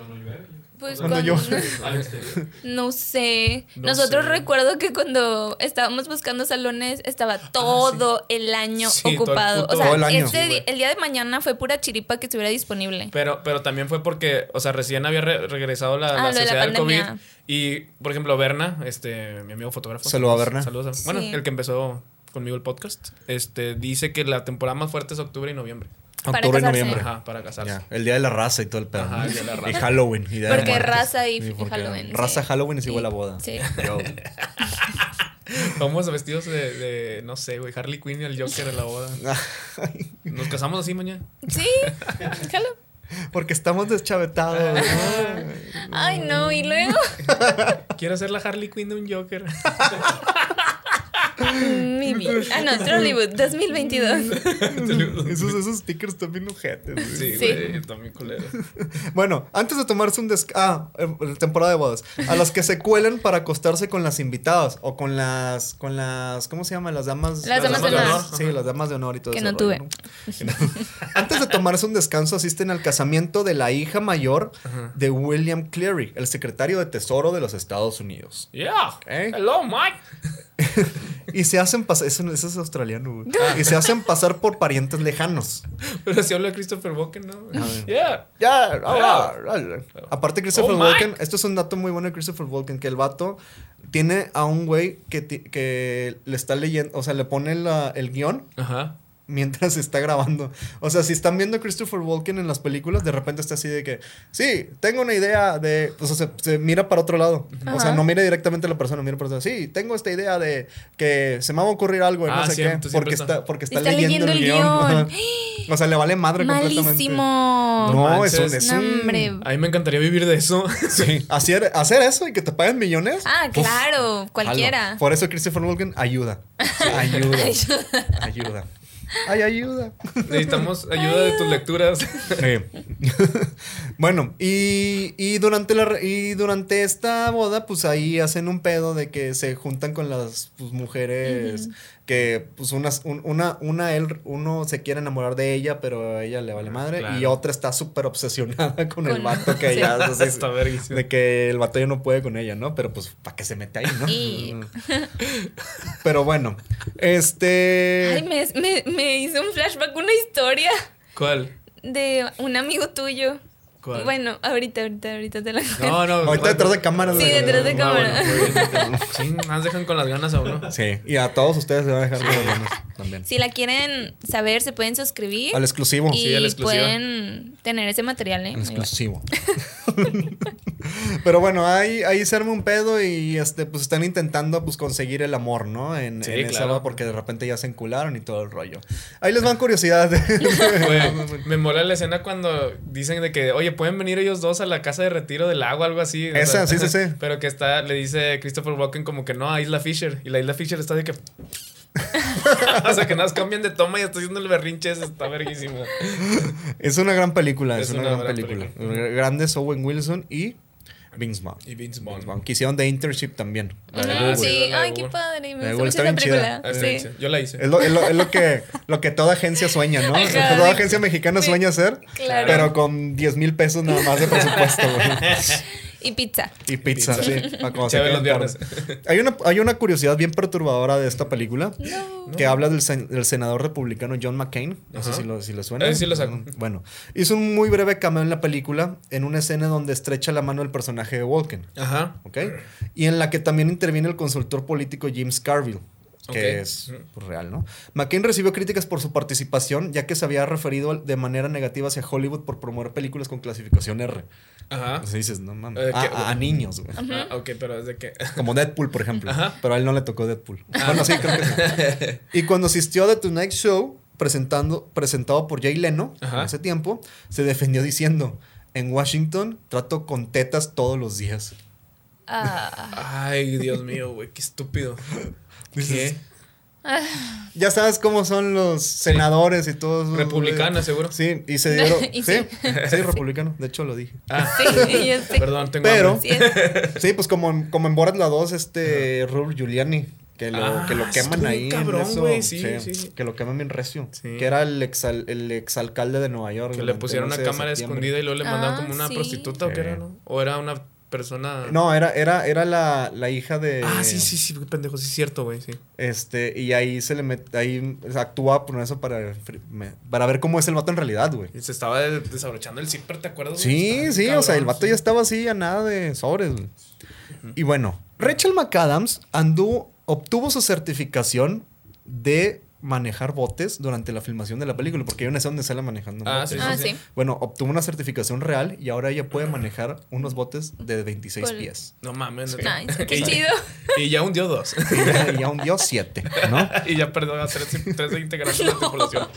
Speaker 5: Pues
Speaker 4: Cuando
Speaker 5: cuando-
Speaker 4: yo-
Speaker 5: No sé.
Speaker 3: No
Speaker 5: Nosotros
Speaker 3: sé.
Speaker 5: recuerdo que cuando estábamos buscando salones estaba todo el año
Speaker 3: Ah, Sí, todo el
Speaker 5: ocupado.
Speaker 3: puto-
Speaker 5: o sea,
Speaker 4: Todo el año.
Speaker 5: este
Speaker 3: Sí, güey.
Speaker 5: di- el día de mañana fue pura chiripa que estuviera disponible.
Speaker 3: Pero, pero también fue porque, o sea, recién había re- regresado la,
Speaker 5: Ah,
Speaker 3: la
Speaker 5: lo de la
Speaker 3: sociedad del COVID.
Speaker 5: pandemia.
Speaker 3: Y, por ejemplo, Berna, este, mi amigo fotógrafo.
Speaker 4: Saludo a Berna.
Speaker 3: Saludos a-
Speaker 5: Sí.
Speaker 3: Bueno, el que empezó conmigo el podcast. Este dice que la temporada más fuerte es octubre y noviembre.
Speaker 5: Para
Speaker 4: Octubre y
Speaker 5: casarse.
Speaker 4: noviembre.
Speaker 3: Ajá, para casarse.
Speaker 4: Ya, el día de la raza y todo el pedo.
Speaker 3: Ajá,
Speaker 4: ¿no?
Speaker 3: el día de la
Speaker 4: Y
Speaker 3: raza.
Speaker 4: Halloween. y día de
Speaker 5: Porque
Speaker 4: muertos.
Speaker 5: raza y-
Speaker 4: Sí,
Speaker 5: y Halloween,
Speaker 4: Raza
Speaker 5: sí.
Speaker 4: Halloween es
Speaker 5: Sí.
Speaker 4: igual a boda.
Speaker 5: Sí.
Speaker 4: Yo,
Speaker 3: Vamos vestidos de, de, no sé, güey, Harley Quinn y el Joker en la boda. ¿Nos casamos así mañana?
Speaker 5: Sí, jalo.
Speaker 4: Porque estamos deschavetados. ¿no?
Speaker 5: Ay, no, y luego.
Speaker 3: Quiero hacer la Harley Quinn de un Joker.
Speaker 5: Mimi. Ah, no, Trollywood 2022.
Speaker 4: esos, esos stickers también ojetes. güey.
Speaker 3: Sí,
Speaker 5: Sí.
Speaker 3: güey, también culero.
Speaker 4: Bueno, antes de tomarse un descanso. Ah, eh, temporada de bodas. A las que se cuelen para acostarse con las invitadas o con las. con las ¿Cómo se llama? Las damas.
Speaker 5: Las damas
Speaker 3: de honor.
Speaker 4: Sí, las damas de honor y todo
Speaker 5: Que
Speaker 4: ese
Speaker 5: no
Speaker 4: rollo,
Speaker 5: tuve.
Speaker 4: Que no- Antes de tomarse un descanso, asisten al casamiento de la hija mayor de William Cleary, el secretario de Tesoro de los Estados Unidos.
Speaker 3: Yeah.
Speaker 4: ¿Eh?
Speaker 3: Hello, Mike.
Speaker 4: Y se hacen pasar. Eso, eso es australiano, güey.
Speaker 3: Ah.
Speaker 4: Y se hacen pasar por parientes lejanos.
Speaker 3: Pero si habla de Christopher Walken, ¿no?
Speaker 4: ver.
Speaker 3: Yeah.
Speaker 4: Ya,
Speaker 3: ah,
Speaker 4: Aparte, Christopher
Speaker 3: Oh,
Speaker 4: Walken, esto es un dato muy bueno de Christopher Walken, que el vato tiene a un güey que, ti- que le está leyendo, o sea, le pone la- el guión
Speaker 3: Ajá.
Speaker 4: mientras está grabando. O sea, si están viendo a Christopher Walken en las películas, de repente está así de que, sí, tengo una idea de, pues, o sea, se mira para otro lado. O sea,
Speaker 5: Ajá.
Speaker 4: no mira directamente a la persona, mira para otro lado. Sí, tengo esta idea de que se me va a ocurrir algo, y
Speaker 3: Ah,
Speaker 4: no sé
Speaker 3: cierto,
Speaker 4: qué,
Speaker 3: siempre
Speaker 4: porque
Speaker 3: está-
Speaker 4: está, porque está,
Speaker 5: Está
Speaker 4: leyendo,
Speaker 5: leyendo
Speaker 4: el
Speaker 5: el
Speaker 4: guión. Ajá.
Speaker 5: guión.
Speaker 4: O sea, le vale madre completamente.
Speaker 5: Malísimo.
Speaker 4: No,
Speaker 3: manches.
Speaker 4: es un, es
Speaker 5: No,
Speaker 4: un-
Speaker 5: hombre.
Speaker 3: A mí me encantaría vivir de eso.
Speaker 4: Sí, hacer, hacer eso y que te paguen millones.
Speaker 5: Ah,
Speaker 4: uf,
Speaker 5: claro,
Speaker 4: jalo.
Speaker 5: cualquiera.
Speaker 4: Por eso Christopher Walken ayuda. Ayuda. ayuda. Ay, ayuda.
Speaker 3: Necesitamos ayuda de tus lecturas.
Speaker 4: bueno, y, y durante la, re- y durante esta boda, pues ahí hacen un pedo de que se juntan con las pues, mujeres que, pues, unas, un- una, una, él, uno se quiere enamorar de ella, pero a ella le vale madre, y
Speaker 3: Claro.
Speaker 4: otra está súper obsesionada con, el
Speaker 5: Con-
Speaker 4: vato que
Speaker 5: sí.
Speaker 4: ella o sea,
Speaker 3: Está verguísimo.
Speaker 4: de que el batalla no puede con ella, ¿no? Pero pues, ¿para qué se mete ahí, no?
Speaker 5: Y-
Speaker 4: Pero bueno, este.
Speaker 5: Ay, me, me, me hizo un flashback, una historia
Speaker 3: ¿Cuál?
Speaker 5: de un amigo tuyo.
Speaker 3: ¿Cuál?
Speaker 5: Bueno, ahorita, ahorita, ahorita te la cuento.
Speaker 3: No, no.
Speaker 4: Ahorita detrás de cámaras.
Speaker 5: Sí,
Speaker 4: güey.
Speaker 5: detrás de
Speaker 3: Ah, bueno,
Speaker 5: cámara.
Speaker 3: muy bien. Sí, más dejan con las ganas a uno.
Speaker 4: Sí, y a todos ustedes se van a dejar de ganas también.
Speaker 5: Si la quieren saber, se pueden suscribir.
Speaker 4: Al exclusivo.
Speaker 5: y
Speaker 3: Sí, a la exclusiva.
Speaker 5: pueden tener ese material, ¿eh?
Speaker 4: Al
Speaker 5: Muy bueno.
Speaker 4: exclusivo. Pero bueno, ahí, ahí se arma un pedo y este, pues están intentando pues, conseguir el amor, ¿no? En,
Speaker 3: Sí,
Speaker 4: en esa
Speaker 3: claro.
Speaker 4: boda porque de repente ya se encularon y todo el rollo. Ahí les van curiosidades.
Speaker 3: Güey, me mola la escena cuando dicen de que, oye, pueden venir ellos dos a la casa de retiro del agua, algo así. O
Speaker 4: Esa, sí, sí, sí.
Speaker 3: Pero que está, le dice Christopher Walken como que no a Isla Fisher. Y la Isla Fisher está de que. o sea, que nada más cambian de toma y está haciendo el berrinche, ese, está verguísimo.
Speaker 4: es una gran película, es,
Speaker 3: Es
Speaker 4: una,
Speaker 3: una gran
Speaker 4: gran, película. Grandes Owen Wilson y Vince Vaughn.
Speaker 3: Y Vince Bond.
Speaker 4: Aunque hicieron de internship también. la de
Speaker 5: Ujú,
Speaker 3: Google.
Speaker 5: sí,
Speaker 3: La de
Speaker 5: ay, qué
Speaker 3: Google.
Speaker 5: padre.
Speaker 4: La de
Speaker 5: Me
Speaker 4: Google está
Speaker 5: gusta mucho esa
Speaker 4: bien chida.
Speaker 5: película.
Speaker 3: Ah, está
Speaker 5: Sí.
Speaker 3: bien, Yo la hice.
Speaker 4: Es lo, es lo- es lo que, lo que toda agencia sueña, ¿no? Lo que
Speaker 5: Ajá.
Speaker 4: toda agencia mexicana sueña hacer,
Speaker 5: Claro.
Speaker 4: pero con 10 mil pesos nada más de presupuesto, güey.
Speaker 5: Y pizza.
Speaker 4: Y pizza, sí. para cuando se
Speaker 3: Chévere
Speaker 4: queden
Speaker 3: los viernes.
Speaker 4: tarde. Hay una, hay una curiosidad bien perturbadora de esta película que habla del, sen- del senador republicano John McCain. No sé
Speaker 3: Ajá.
Speaker 4: si, lo, si le suena. Mm,
Speaker 3: Eh, sí lo saco.
Speaker 4: Bueno, hizo un muy breve cameo en la película en una escena donde estrecha la mano el personaje de Walken.
Speaker 3: Ajá.
Speaker 4: ¿ok? Y en la que también interviene el consultor político James Carville,
Speaker 3: Ok.
Speaker 4: que
Speaker 3: Mm.
Speaker 4: es pues, real, ¿no? McCain recibió críticas por su participación, ya que se había referido al- de manera negativa hacia Hollywood por promover películas con clasificación R.
Speaker 3: Ajá.
Speaker 4: Así dices, no mames.
Speaker 3: Eh,
Speaker 4: a,
Speaker 3: que-
Speaker 4: a- a niños, güey.
Speaker 3: Ah, ok, pero es de que.
Speaker 4: Como Deadpool, por ejemplo.
Speaker 3: Ajá. Ah.
Speaker 4: Pero a él no le tocó Deadpool. Bueno, sí, creo que sí. Y cuando asistió a The Tonight Show, presentando, presentado por Jay Leno
Speaker 3: Ajá.
Speaker 4: en ese tiempo, se defendió diciendo: En Washington trato con tetas todos los días.
Speaker 5: Ah,
Speaker 3: Ay, Dios mío, güey, qué estúpido.
Speaker 4: Dices,
Speaker 3: ¿Qué?
Speaker 4: Ya sabes cómo son los senadores y todos. esos,
Speaker 3: Republicana,
Speaker 4: güey.
Speaker 3: seguro.
Speaker 4: Sí, y se dieron.
Speaker 5: Y
Speaker 4: sí,
Speaker 5: sí.
Speaker 4: sí, republicano. De hecho, lo dije.
Speaker 3: Ah,
Speaker 5: sí, yo sé.
Speaker 3: perdón, tengo.
Speaker 4: Pero-
Speaker 3: hambre.
Speaker 5: Sí es.
Speaker 4: Sí, pues como en, como en Borat la 2, este Robert Giuliani. Que lo,
Speaker 3: Ah,
Speaker 4: que lo queman
Speaker 3: estuvo
Speaker 4: ahí. en
Speaker 3: cabrón,
Speaker 4: eso,
Speaker 3: güey, sí, sí.
Speaker 4: Que lo queman bien recio.
Speaker 3: Sí.
Speaker 4: Que era el, exal- el exalcalde de Nueva York.
Speaker 3: Que le
Speaker 4: durante
Speaker 3: pusieron una
Speaker 4: el 11 de
Speaker 3: cámara
Speaker 4: septiembre.
Speaker 3: escondida y luego le mandaron
Speaker 5: Ah,
Speaker 3: como una
Speaker 5: sí.
Speaker 3: prostituta o qué era,
Speaker 4: Sí.
Speaker 3: ¿no? O era una persona.
Speaker 4: No, eh. era, era, era la, la hija de.
Speaker 3: Ah, sí, sí, sí, qué pendejo, sí es cierto, güey, sí.
Speaker 4: Este, y ahí se le met, ahí actúa por eso para, para ver cómo es el vato en realidad, güey.
Speaker 3: Y se estaba de- desabrochando el zipper, ¿te acuerdas?
Speaker 4: Sí,
Speaker 3: Estaba
Speaker 4: sí, o
Speaker 3: cabrón,
Speaker 4: sea, el vato
Speaker 3: sí.
Speaker 4: ya estaba así a nada de sobres. güey. Y bueno, Rachel McAdams anduvo, obtuvo su certificación de manejar botes durante la filmación de la película, porque hay una escena donde sale manejando un
Speaker 3: Ah,
Speaker 4: bote.
Speaker 3: sí,
Speaker 5: Ah,
Speaker 3: sí.
Speaker 5: sí.
Speaker 4: Bueno, obtuvo una certificación real y ahora ella puede manejar unos botes de 26
Speaker 5: Cool.
Speaker 4: pies.
Speaker 3: No mames.
Speaker 5: Nice, qué
Speaker 3: Y-
Speaker 5: chido.
Speaker 3: Y ya hundió dos.
Speaker 4: Y ya, ya hundió 7, ¿no?
Speaker 3: y ya perdió a tres, tres integrantes de la tripulación.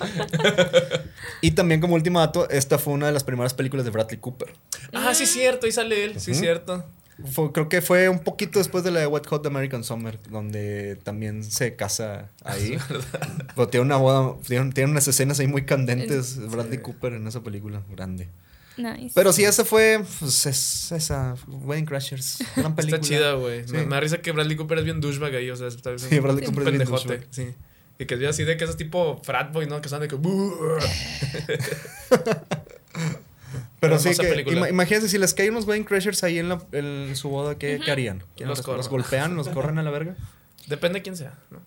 Speaker 4: Y también como último dato, esta fue una de las primeras películas de Bradley Cooper.
Speaker 3: Ah,
Speaker 5: Mm.
Speaker 3: sí, cierto. Ahí sale él. Sí,
Speaker 4: Ujú.
Speaker 3: cierto.
Speaker 4: Fue- creo que fue un poquito después de la de Wet Hot American Summer, donde también se casa ahí. Pero tiene una boda, tiene, tiene unas escenas ahí muy candentes, Bradley Cooper en esa película, grande.
Speaker 5: Nice.
Speaker 4: Pero sí, esa fue, pues, es- esa, Wedding Crashers, gran película.
Speaker 3: Está chida, güey.
Speaker 4: Sí.
Speaker 3: Me, me da risa que Bradley Cooper es bien douchebag ahí. O sea, está es
Speaker 4: Sí, Bradley
Speaker 3: un
Speaker 4: Cooper es bien
Speaker 3: pendejote.
Speaker 4: douchebag.
Speaker 3: sí. Y que es bien así de que es tipo frat boy, ¿no? Que son de que. "Buh".
Speaker 4: Pero
Speaker 3: Hermosa
Speaker 4: sí, que,
Speaker 3: película.
Speaker 4: ima- imagínense, si les caen unos Wedding Crashers ahí en, la, en su boda, ¿qué, qué harían? ¿Quién
Speaker 3: Los
Speaker 4: los,
Speaker 3: corro.
Speaker 4: los golpean? ¿Los corren a la verga?
Speaker 3: Depende de quién sea, ¿no?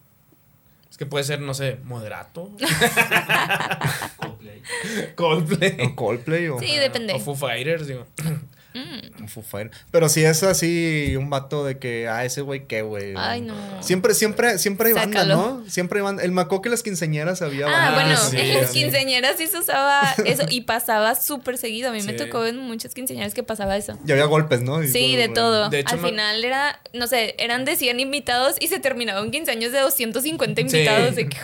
Speaker 3: Es que puede ser, no sé, moderato.
Speaker 2: Coldplay.
Speaker 3: Coldplay.
Speaker 4: ¿O Coldplay? O,
Speaker 5: Sí, depende.
Speaker 3: O Foo Fighters, digo.
Speaker 4: o Foo Fighters. Pero si es así, un vato de que, ah, ese güey, ¿qué, güey?
Speaker 5: Ay, no. Ah,
Speaker 4: Siempre, siempre, siempre hay banda,
Speaker 5: Sácalo.
Speaker 4: ¿no? Siempre hay banda. El macó que las quinceañeras había
Speaker 5: Ah,
Speaker 4: banda.
Speaker 5: bueno,
Speaker 3: sí,
Speaker 5: en las
Speaker 3: sí.
Speaker 5: quinceañeras sí se usaba eso y pasaba súper seguido. A mí me
Speaker 3: Sí.
Speaker 5: tocó en muchas quinceañeras que pasaba eso.
Speaker 4: Y había golpes, ¿no? Y
Speaker 5: Sí,
Speaker 4: todo,
Speaker 5: de
Speaker 4: güey.
Speaker 5: todo.
Speaker 3: De hecho,
Speaker 5: Al
Speaker 3: me-
Speaker 5: final era, no sé, eran de 100 invitados y se terminaban 15 años de 250 invitados. De que,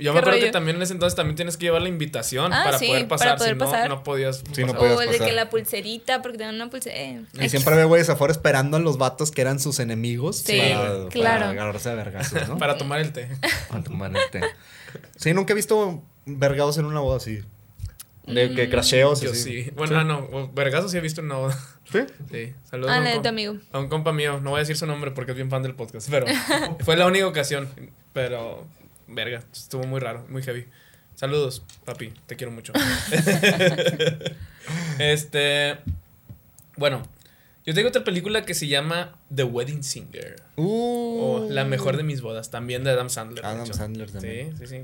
Speaker 3: Yo
Speaker 5: Qué
Speaker 3: me acuerdo
Speaker 5: rollo.
Speaker 3: que también en ese entonces también tienes que llevar la invitación
Speaker 5: Ah,
Speaker 3: para
Speaker 5: sí,
Speaker 3: poder
Speaker 5: para
Speaker 3: pasar.
Speaker 5: poder
Speaker 3: si
Speaker 5: pasar.
Speaker 3: No, no podías.
Speaker 4: Sí, no
Speaker 3: pasar.
Speaker 4: podías
Speaker 5: o el de
Speaker 4: pasar.
Speaker 5: que la pulserita, porque te dan una pulsera. eh.
Speaker 4: Y siempre había güeyes afuera esperando a los vatos que eran sus enemigos
Speaker 5: Sí,
Speaker 4: para, para
Speaker 5: claro.
Speaker 4: agarrarse a vergazos, ¿no?
Speaker 3: Para tomar el té.
Speaker 4: Para tomar el té. Sí, nunca he visto vergados en una boda así. De
Speaker 5: Mm,
Speaker 4: que crasheos.
Speaker 3: Yo
Speaker 4: así.
Speaker 3: sí. Bueno, ah, no. Vergazo sí he visto en una boda.
Speaker 4: ¿Sí?
Speaker 3: Sí. Saludos.
Speaker 5: Ah,
Speaker 3: a un
Speaker 5: la de
Speaker 3: com-
Speaker 5: tu amigo.
Speaker 3: A un compa mío. No voy a decir su nombre porque es bien fan del podcast. Pero fue la única ocasión. Pero, verga. Estuvo muy raro, muy heavy. Saludos, papi. Te quiero mucho. este. Bueno, yo tengo otra película que se llama The Wedding Singer. O
Speaker 4: Uh.
Speaker 3: La mejor de mis bodas, también de Adam Sandler. de
Speaker 4: Adam
Speaker 3: hecho.
Speaker 4: Sandler
Speaker 3: Sí,
Speaker 4: también.
Speaker 3: sí, sí.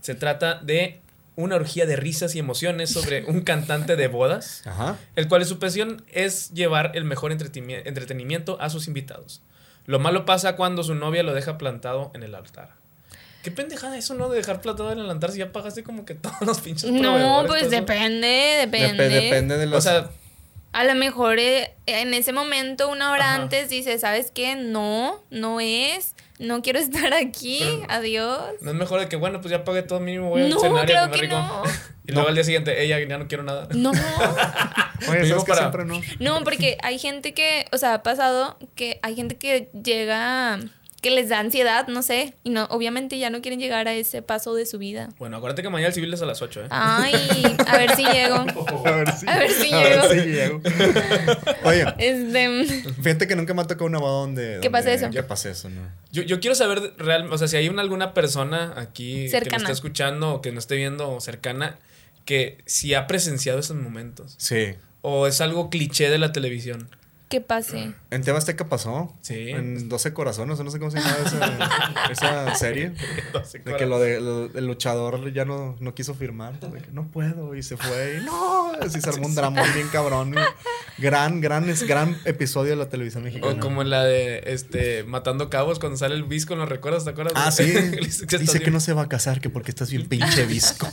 Speaker 3: Se trata de una orgía de risas y emociones sobre un cantante de bodas,
Speaker 4: Ajá.
Speaker 3: el cual su pasión es llevar el mejor entretimi- entretenimiento a sus invitados. Lo malo pasa cuando su novia lo deja plantado en el altar. Qué pendejada eso, ¿no? De dejar plantado en el altar si ya pagaste como que todos los pinches
Speaker 5: No,
Speaker 3: proveedores,
Speaker 5: pues
Speaker 3: todo eso.
Speaker 5: depende, depende.
Speaker 4: Dep- depende de los.
Speaker 3: O sea,
Speaker 5: A lo mejor eh, en ese momento, una hora
Speaker 3: Ajá.
Speaker 5: antes, dice, ¿sabes qué? No, no es, no quiero estar aquí,
Speaker 3: Pero-
Speaker 5: adiós.
Speaker 3: no es mejor de que, bueno, pues ya pagué todo mínimo, voy al
Speaker 5: No,
Speaker 3: escenario
Speaker 5: claro
Speaker 3: a comer
Speaker 5: que
Speaker 3: rico.
Speaker 5: no.
Speaker 3: Y luego al día siguiente, ella ya no quiero nada.
Speaker 5: No,
Speaker 4: Oye, ¿sabes
Speaker 3: digo
Speaker 4: que
Speaker 3: para-
Speaker 4: siempre no?
Speaker 5: no, porque hay gente que, o sea, ha pasado que hay gente que llega, que les da ansiedad, no sé, y no, obviamente ya no quieren llegar a ese paso de su vida.
Speaker 3: Bueno, acuérdate que mañana el civil es a las 8, ¿eh?
Speaker 5: Ay, a ver si llego.
Speaker 4: A ver si,
Speaker 5: A ver si
Speaker 4: a ver
Speaker 5: llego.
Speaker 4: si llego. Oye,
Speaker 5: Este,
Speaker 4: fíjate que nunca me ha tocado una boda donde.
Speaker 5: Que pase
Speaker 4: donde-
Speaker 5: eso.
Speaker 4: Que pase eso, ¿no?
Speaker 3: Yo, yo quiero saber real, o sea, si hay una, alguna persona aquí que
Speaker 5: Cercana.
Speaker 3: nos esté escuchando o que nos esté viendo o cercana que si ha presenciado esos momentos
Speaker 4: Sí.
Speaker 3: o es algo cliché de la televisión.
Speaker 5: que pase.
Speaker 4: En Teba Azteca pasó.
Speaker 3: Sí.
Speaker 4: En 12 Corazones, no sé cómo se llama esa, esa serie. De que lo de, lo- el luchador ya no, no quiso firmar. de que no puedo. Y se fue. Y no. Así se armó un drama bien cabrón. y gran, gran, es gran episodio de la televisión mexicana.
Speaker 3: O como la de este Matando Cabos cuando sale el Visco en los recuerdos, ¿te acuerdas?
Speaker 4: Ah, sí.
Speaker 3: Dice que
Speaker 4: Dice
Speaker 3: estás
Speaker 4: que no
Speaker 3: bien-
Speaker 4: se va a casar, que porque estás bien pinche visco.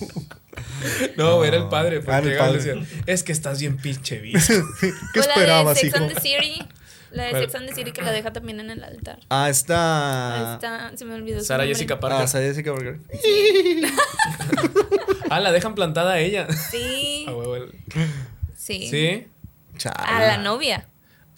Speaker 3: No, güey, era el padre.
Speaker 4: Ah,
Speaker 3: Porque
Speaker 4: era el
Speaker 3: llegaba y
Speaker 4: padre.
Speaker 3: le decía, es que estás bien pinche Visco.
Speaker 4: ¿Qué
Speaker 5: O la de
Speaker 4: esperabas,
Speaker 5: Sex
Speaker 4: hijo?
Speaker 5: and the City. La de
Speaker 3: Bueno.
Speaker 5: Sex and the City que la deja también en el altar.
Speaker 4: Ah, está.
Speaker 5: Ahí Ah, está, se me olvidó. su
Speaker 3: Ah, Sara
Speaker 5: nombre.
Speaker 3: Jessica
Speaker 4: Ah,
Speaker 3: Parker.
Speaker 4: está Jessica Parker.
Speaker 3: Ah, la dejan plantada a ella.
Speaker 5: Sí,
Speaker 3: Ah, huevo, el-
Speaker 5: sí.
Speaker 3: Sí.
Speaker 4: Chale.
Speaker 5: A la novia.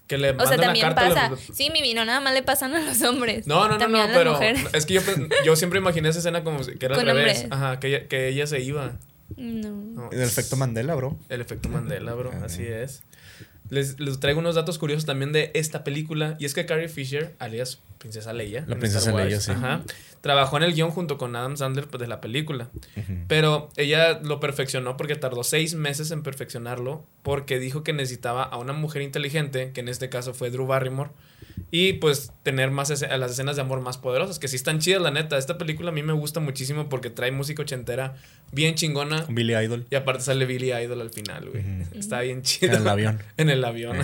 Speaker 3: Que le
Speaker 5: O sea,
Speaker 3: mandan la
Speaker 5: también
Speaker 3: carta a la-
Speaker 5: pasa. Sí, mi vino nada más le pasan a los hombres.
Speaker 3: No, no, no,
Speaker 5: También
Speaker 3: no,
Speaker 5: a las
Speaker 3: pero
Speaker 5: mujeres.
Speaker 3: es que yo, pen- yo siempre imaginé esa escena como si- que era al
Speaker 5: Con
Speaker 3: revés.
Speaker 5: hombres.
Speaker 3: Ajá, que ella, que ella se iba.
Speaker 5: No.
Speaker 3: No,
Speaker 4: El efecto Mandela, bro.
Speaker 3: El efecto Mandela, bro,
Speaker 4: Ajá.
Speaker 3: así es. Les, les traigo unos datos curiosos también de esta película. Y es que Carrie Fisher, alias Princesa Leia.
Speaker 4: La
Speaker 3: en
Speaker 4: princesa
Speaker 3: Star Wars,
Speaker 4: Leia, sí.
Speaker 3: Ajá, trabajó en el guión junto con Adam Sandler pues, de la película. Pero ella lo perfeccionó porque tardó seis meses en perfeccionarlo porque dijo que necesitaba a una mujer inteligente, que en este caso fue Drew Barrymore, y pues tener más esce- a las escenas de amor más poderosas, que sí están chidas, la neta. Esta película a mí me gusta muchísimo porque trae música ochentera bien chingona
Speaker 4: Con Billy Idol.
Speaker 3: y aparte sale Billy Idol al final, güey.
Speaker 4: Ujú.
Speaker 3: Está bien
Speaker 4: En
Speaker 3: chido.
Speaker 4: el avión.
Speaker 3: En el avión.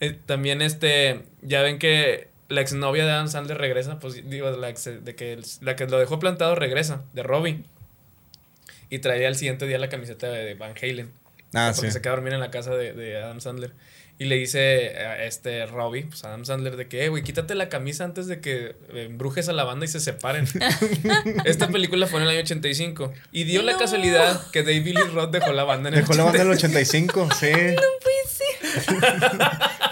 Speaker 3: Eh, También este, ya ven que la exnovia de Adam Sandler regresa, pues digo, la, ex- de que, el- la que lo dejó plantado regresa, de Robbie. Y traía al siguiente día la camiseta de Van Halen.
Speaker 4: Ah,
Speaker 3: porque
Speaker 4: sí.
Speaker 3: se queda a dormir en la casa de, de Adam Sandler. Y le dice a este Robbie, pues a Adam Sandler, de que, "Eh, güey, quítate la camisa antes de que eh, embrujes a la banda y se separen. Esta película fue en el año 85. Y dio la
Speaker 5: No.
Speaker 3: casualidad que David Lee Roth dejó la banda en el
Speaker 4: Dejó la banda en el
Speaker 3: 85.
Speaker 4: 85, sí.
Speaker 5: Pues sí.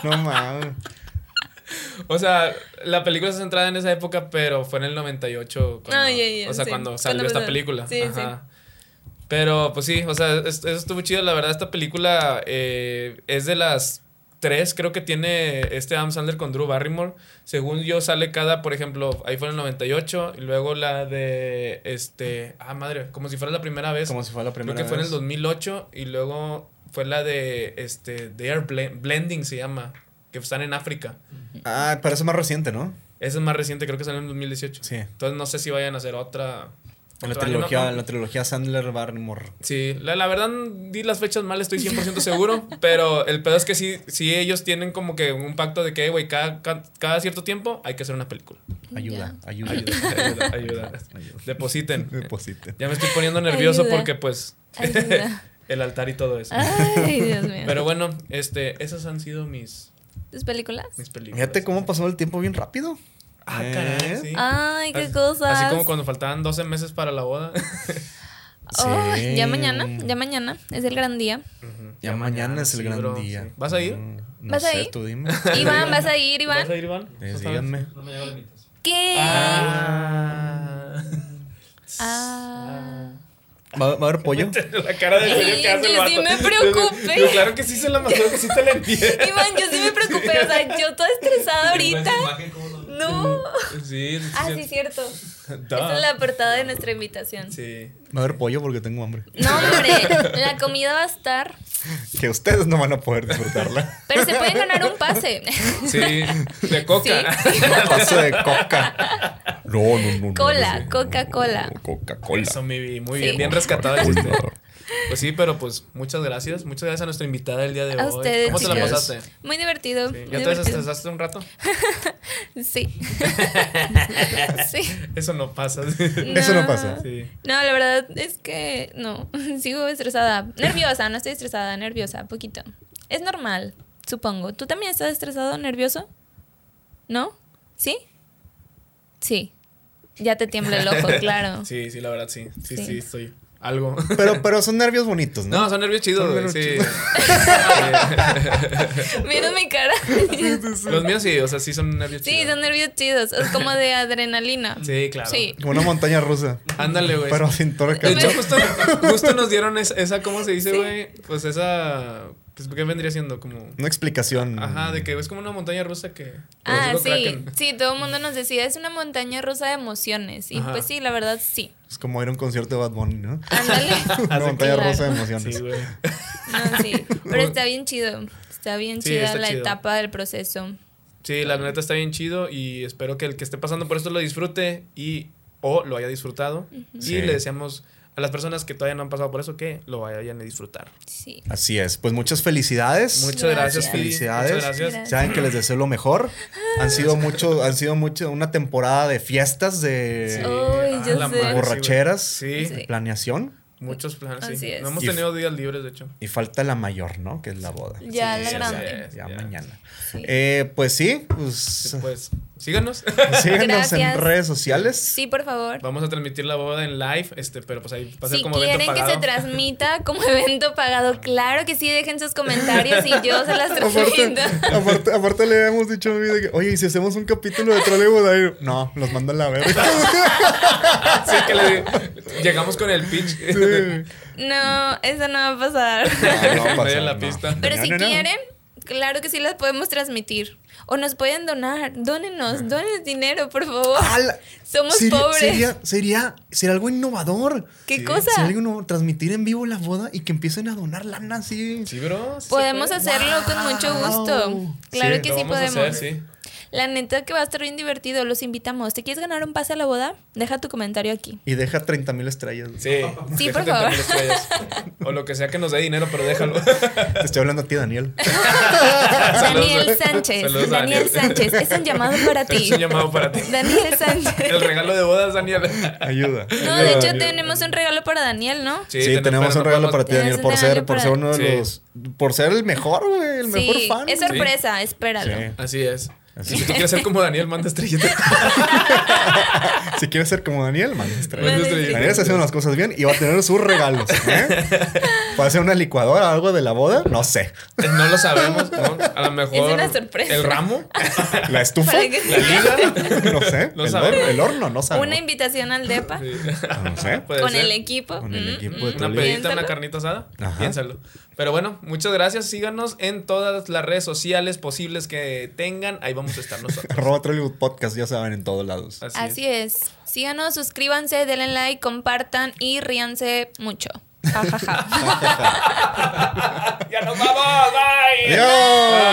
Speaker 4: No mames.
Speaker 3: O sea, la película está centrada en esa época, pero fue en el 98. Cuando,
Speaker 5: Ay, ay, ay,
Speaker 3: o sea,
Speaker 5: Ah, sí.
Speaker 3: cuando salió
Speaker 5: Cuando
Speaker 3: esta
Speaker 5: empezó.
Speaker 3: película.
Speaker 5: Sí,
Speaker 3: Ajá. Pero, pues sí, o sea, es- eso estuvo chido. La verdad, esta película eh, es de las tres, creo que tiene este Adam Sandler con Drew Barrymore. Según yo, sale cada, por ejemplo, ahí fue en el 98. Y luego la de, este, ah, madre, como si fuera la primera vez.
Speaker 4: Como si fuera la
Speaker 3: Creo
Speaker 4: primera
Speaker 3: que fue en el
Speaker 4: vez.
Speaker 3: 2008 y luego fue la de este They Are Blen- Blending se llama, que están en África.
Speaker 4: Ah, pero eso es más reciente, ¿no?
Speaker 3: Esa es más reciente, creo que salió en 2018.
Speaker 4: Sí.
Speaker 3: Entonces no sé si vayan a hacer otra.
Speaker 4: En la
Speaker 3: otra-
Speaker 4: trilogía,
Speaker 3: no,
Speaker 4: en
Speaker 3: no.
Speaker 4: la trilogía Sandler Barrymore.
Speaker 3: Sí, la, la verdad di las fechas mal, estoy 100% seguro, pero el pedo es que sí, sí ellos tienen como que un pacto de que, güey, cada, ca- cada cierto tiempo hay que hacer una película.
Speaker 4: Ayuda, ayuda,
Speaker 3: Ayuda, ayuda, ayuda. Depositen.
Speaker 4: Deposite.
Speaker 3: Ya me estoy poniendo nervioso
Speaker 5: Ayuda. Ah.
Speaker 3: porque pues
Speaker 5: Ayuda.
Speaker 3: el altar y todo eso.
Speaker 5: Ay, Dios mío.
Speaker 3: Pero bueno, este, esas han sido mis,
Speaker 5: ¿Tus películas?
Speaker 3: mis películas.
Speaker 4: Fíjate cómo pasó el tiempo bien rápido.
Speaker 3: Ah,
Speaker 4: Eh.
Speaker 3: caray, sí.
Speaker 5: Ay, qué
Speaker 3: Así-
Speaker 5: cosas.
Speaker 3: Así como cuando faltaban 12 meses para la boda.
Speaker 5: Oh,
Speaker 4: Sí. Mm.
Speaker 5: Ya mañana, ya mañana. Es el gran día.
Speaker 4: Ya mañana es el
Speaker 3: sí,
Speaker 4: gran
Speaker 3: bro,
Speaker 4: día.
Speaker 3: sí. ¿Vas a ir?
Speaker 4: No, no
Speaker 5: ¿Vas a
Speaker 4: sé,
Speaker 5: ir?
Speaker 4: tú dime.
Speaker 5: Iván, ¿vas a ir,
Speaker 3: ¿Vas a
Speaker 5: Iván?
Speaker 3: ir, Iván?
Speaker 4: Pues
Speaker 3: ¿Otra vez?
Speaker 4: díganme.
Speaker 2: No me llegó la invitación.
Speaker 5: ¿Qué?
Speaker 3: Ah.
Speaker 5: Ah.
Speaker 4: ¿Va, va a haber pollo?
Speaker 3: La cara de serio que hace el
Speaker 5: Yo
Speaker 3: vato.
Speaker 5: sí me preocupé.
Speaker 3: Yo, claro que sí se la mató, que sí te la envié.
Speaker 5: Iván, yo sí me preocupé. O sea, yo toda estresada ahorita.
Speaker 2: Esa imagen, ¿cómo lo-
Speaker 5: No.
Speaker 3: Sí, sí,
Speaker 5: Ah, sí,
Speaker 3: sí.
Speaker 5: cierto.
Speaker 3: Duh.
Speaker 5: Esa es la portada de nuestra invitación.
Speaker 3: Sí.
Speaker 4: Va a haber pollo porque tengo hambre.
Speaker 5: No, hombre, la comida va a estar.
Speaker 4: Que ustedes no van a poder disfrutarla.
Speaker 5: Pero se pueden ganar un pase.
Speaker 3: Sí, de coca.
Speaker 4: Paso de coca.
Speaker 1: No, no, no, no.
Speaker 5: Cola,
Speaker 1: no, no,
Speaker 5: Coca-Cola.
Speaker 1: no, no, Coca-Cola.
Speaker 3: Eso, mi vi, muy
Speaker 5: Sí.
Speaker 3: bien, bien rescatado.
Speaker 1: Coca-Cola.
Speaker 3: dijiste. Pues sí, pero pues muchas gracias. Muchas gracias a nuestra invitada el día de
Speaker 5: A
Speaker 3: hoy.
Speaker 5: ustedes,
Speaker 3: ¿Cómo te la
Speaker 5: chicos.
Speaker 3: pasaste?
Speaker 5: Muy divertido.
Speaker 3: Sí. ¿Ya
Speaker 5: muy
Speaker 3: te
Speaker 5: divertido.
Speaker 3: desestresaste un rato?
Speaker 5: Sí. sí.
Speaker 3: Eso no pasa.
Speaker 4: Eso no pasa.
Speaker 3: Sí.
Speaker 5: No, la verdad es que no. Sigo estresada. Nerviosa, no estoy estresada, nerviosa, poquito. Es normal, supongo. ¿Tú también estás estresado, nervioso? ¿No? ¿Sí? Sí. Ya te tiembla el ojo, claro.
Speaker 3: Sí, sí, la verdad, sí. Sí,
Speaker 5: Sí.
Speaker 3: sí, estoy algo.
Speaker 4: Pero, pero son nervios bonitos, ¿no?
Speaker 3: No, son nervios chidos,
Speaker 4: Son
Speaker 3: güey,
Speaker 4: nervios
Speaker 3: sí.
Speaker 5: Mira mi cara.
Speaker 3: Sí. Los míos sí, o sea, sí son nervios
Speaker 5: Sí,
Speaker 3: chidos.
Speaker 5: son nervios chidos. Es como de adrenalina.
Speaker 3: Sí, claro.
Speaker 5: Sí.
Speaker 4: Como una montaña rusa.
Speaker 3: Ándale, güey.
Speaker 4: Pero sin torca.
Speaker 3: De
Speaker 5: Pero-
Speaker 3: hecho, justo, justo nos dieron es- esa, ¿cómo se dice, güey? Pues esa. Pues, ¿Qué vendría siendo? Como.
Speaker 4: Una explicación.
Speaker 3: Ajá, de que es como una montaña rusa que.
Speaker 5: Ah,
Speaker 3: produce los
Speaker 5: sí.
Speaker 3: Kraken.
Speaker 5: Sí, todo el mundo nos decía, es una montaña rusa de emociones. Y
Speaker 3: Ajá.
Speaker 5: pues sí, la verdad, sí.
Speaker 4: Es como ir a un concierto de Bad Bunny, ¿no?
Speaker 5: Ándale.
Speaker 4: Una
Speaker 3: Así,
Speaker 4: montaña
Speaker 5: claro.
Speaker 4: rusa de emociones.
Speaker 3: Sí, güey.
Speaker 5: No, sí. Pero está bien chido. Está bien
Speaker 3: Sí,
Speaker 5: chida
Speaker 3: está
Speaker 5: la
Speaker 3: chido.
Speaker 5: etapa del proceso.
Speaker 3: Sí, la neta está bien chido y espero que el que esté pasando por esto lo disfrute y o lo haya disfrutado. Y
Speaker 4: Sí.
Speaker 3: le deseamos a las personas que todavía no han pasado por eso que lo vayan a disfrutar.
Speaker 5: Sí.
Speaker 4: Así es. Pues muchas felicidades.
Speaker 3: Muchas gracias,
Speaker 5: Gracias.
Speaker 3: Fili.
Speaker 4: Felicidades.
Speaker 3: Muchas gracias.
Speaker 5: Gracias.
Speaker 4: Saben que les deseo lo mejor. Han sido mucho, han sido mucho una temporada de fiestas,
Speaker 3: Sí.
Speaker 4: de
Speaker 5: Ay,
Speaker 3: Ah,
Speaker 5: yo
Speaker 3: la
Speaker 5: sé.
Speaker 3: madre, sí, güey.
Speaker 4: borracheras,
Speaker 3: Sí,
Speaker 5: Sí.
Speaker 4: de planeación.
Speaker 3: muchos planes. sí.
Speaker 5: Así es.
Speaker 3: No hemos
Speaker 4: Y-
Speaker 3: tenido días libres, de hecho.
Speaker 4: Y falta la mayor, ¿no? Que es la boda.
Speaker 5: Ya,
Speaker 3: Sí,
Speaker 5: la
Speaker 3: sí,
Speaker 5: grande.
Speaker 3: sí.
Speaker 4: Ya
Speaker 3: Ya.
Speaker 4: mañana.
Speaker 5: Sí.
Speaker 4: Eh, pues sí, pues,
Speaker 3: Pues síganos.
Speaker 4: síganos
Speaker 5: Gracias.
Speaker 4: en redes sociales.
Speaker 5: Sí, por favor.
Speaker 3: Vamos a transmitir la boda en live, este, pero pues ahí va a ser
Speaker 5: Si
Speaker 3: como evento
Speaker 5: quieren que se
Speaker 3: pagado.
Speaker 5: transmita como evento pagado, claro que sí, dejen sus comentarios y yo se las
Speaker 4: Aparte,
Speaker 5: transmito.
Speaker 4: aparte, aparte le habíamos dicho a mi de que, oye, ¿y si hacemos un capítulo de troleo de ahí? No, los mando a la verga.
Speaker 3: Sí, que le- llegamos con el pitch.
Speaker 5: No, eso no va a pasar.
Speaker 4: No, no
Speaker 3: En medio
Speaker 4: pasa,
Speaker 3: de la
Speaker 4: no.
Speaker 3: pista.
Speaker 5: Pero
Speaker 4: No,
Speaker 5: si
Speaker 4: no, no.
Speaker 5: quieren, claro que sí las podemos transmitir. O nos pueden donar.
Speaker 4: Ah.
Speaker 5: Dónenos, dónenos dinero, por favor.
Speaker 4: ¡Ala!
Speaker 5: Somos
Speaker 4: Sería-
Speaker 5: pobres.
Speaker 4: Sería, sería, sería algo innovador.
Speaker 5: ¿Qué cosa?
Speaker 4: Sería algo innovador, transmitir en vivo la boda y que empiecen a donar lana así.
Speaker 3: Sí, bro. sí se
Speaker 5: Podemos
Speaker 3: puede.
Speaker 5: hacerlo con mucho gusto.
Speaker 4: Wow.
Speaker 5: Claro
Speaker 4: Sí,
Speaker 5: que
Speaker 3: Lo
Speaker 5: sí
Speaker 3: vamos a
Speaker 5: podemos.
Speaker 3: hacer, sí.
Speaker 5: La neta que va a estar bien divertido, los invitamos. ¿Te quieres ganar un pase a la boda? Deja tu comentario aquí.
Speaker 4: Y deja 30 mil estrellas.
Speaker 3: Sí.
Speaker 5: Sí,
Speaker 3: Deja 30
Speaker 5: por favor.
Speaker 3: mil estrellas. O lo que sea que nos dé dinero, pero déjalo.
Speaker 4: Te estoy hablando a ti, Daniel.
Speaker 5: Daniel
Speaker 3: Saludos.
Speaker 5: Sánchez.
Speaker 3: Saludos,
Speaker 5: Daniel
Speaker 3: Daniel.
Speaker 5: Sánchez. Es un llamado para ti.
Speaker 3: Es un llamado para ti.
Speaker 5: Daniel Sánchez.
Speaker 3: El regalo de bodas, Daniel.
Speaker 4: Ayuda.
Speaker 5: No, de hecho tenemos un regalo para Daniel, ¿no?
Speaker 4: Sí, tenemos un regalo para ti,
Speaker 5: Tenemos
Speaker 4: Daniel,
Speaker 5: un
Speaker 4: por
Speaker 5: regalo
Speaker 4: ser, por
Speaker 5: para-
Speaker 4: ser uno de
Speaker 3: Sí.
Speaker 4: los. Por ser el mejor, güey, el mejor
Speaker 5: sí,
Speaker 4: fan.
Speaker 5: es
Speaker 4: güey.
Speaker 5: sorpresa, espéralo.
Speaker 4: Sí.
Speaker 3: Así es.
Speaker 4: Así
Speaker 3: Y Si tú quieres ser como Daniel, manda estrellitas.
Speaker 4: Si quieres ser como Daniel, man, estrella.
Speaker 5: Bueno,
Speaker 3: Manda
Speaker 4: Daniel
Speaker 3: estrellitas.
Speaker 4: está haciendo las cosas bien y va a tener sus regalos. ¿eh? ¿Va a ser una licuadora o algo de la boda? No sé.
Speaker 3: Eh, No lo sabemos, ¿no? A lo mejor.
Speaker 5: Es una sorpresa.
Speaker 3: El ramo,
Speaker 4: ¿La estufa?
Speaker 5: Para que-
Speaker 3: la liga.
Speaker 4: No sé.
Speaker 3: No
Speaker 4: el,
Speaker 3: sabemos.
Speaker 4: horno, el horno, no sabemos. Ah,
Speaker 5: Una invitación al DEPA
Speaker 3: Sí.
Speaker 4: No sé.
Speaker 3: Puede
Speaker 5: con
Speaker 3: ser.
Speaker 5: el equipo.
Speaker 4: Con el
Speaker 5: Mm,
Speaker 4: equipo de
Speaker 3: Una
Speaker 5: mm,
Speaker 3: pedita,
Speaker 4: Piénsalo.
Speaker 3: una
Speaker 5: piénsalo.
Speaker 3: carnita asada.
Speaker 4: Ajá.
Speaker 3: Piénsalo. Pero bueno, muchas gracias. Síganos en todas las redes sociales posibles que tengan. Ahí vamos a estar nosotros.
Speaker 4: Arroba Trollywood Podcast, ya saben, en todos lados.
Speaker 5: Así es. Síganos, suscríbanse, denle like, compartan y ríanse mucho. Ja, ja, ja.
Speaker 3: ya nos vamos. Bye.
Speaker 4: ¡Adiós!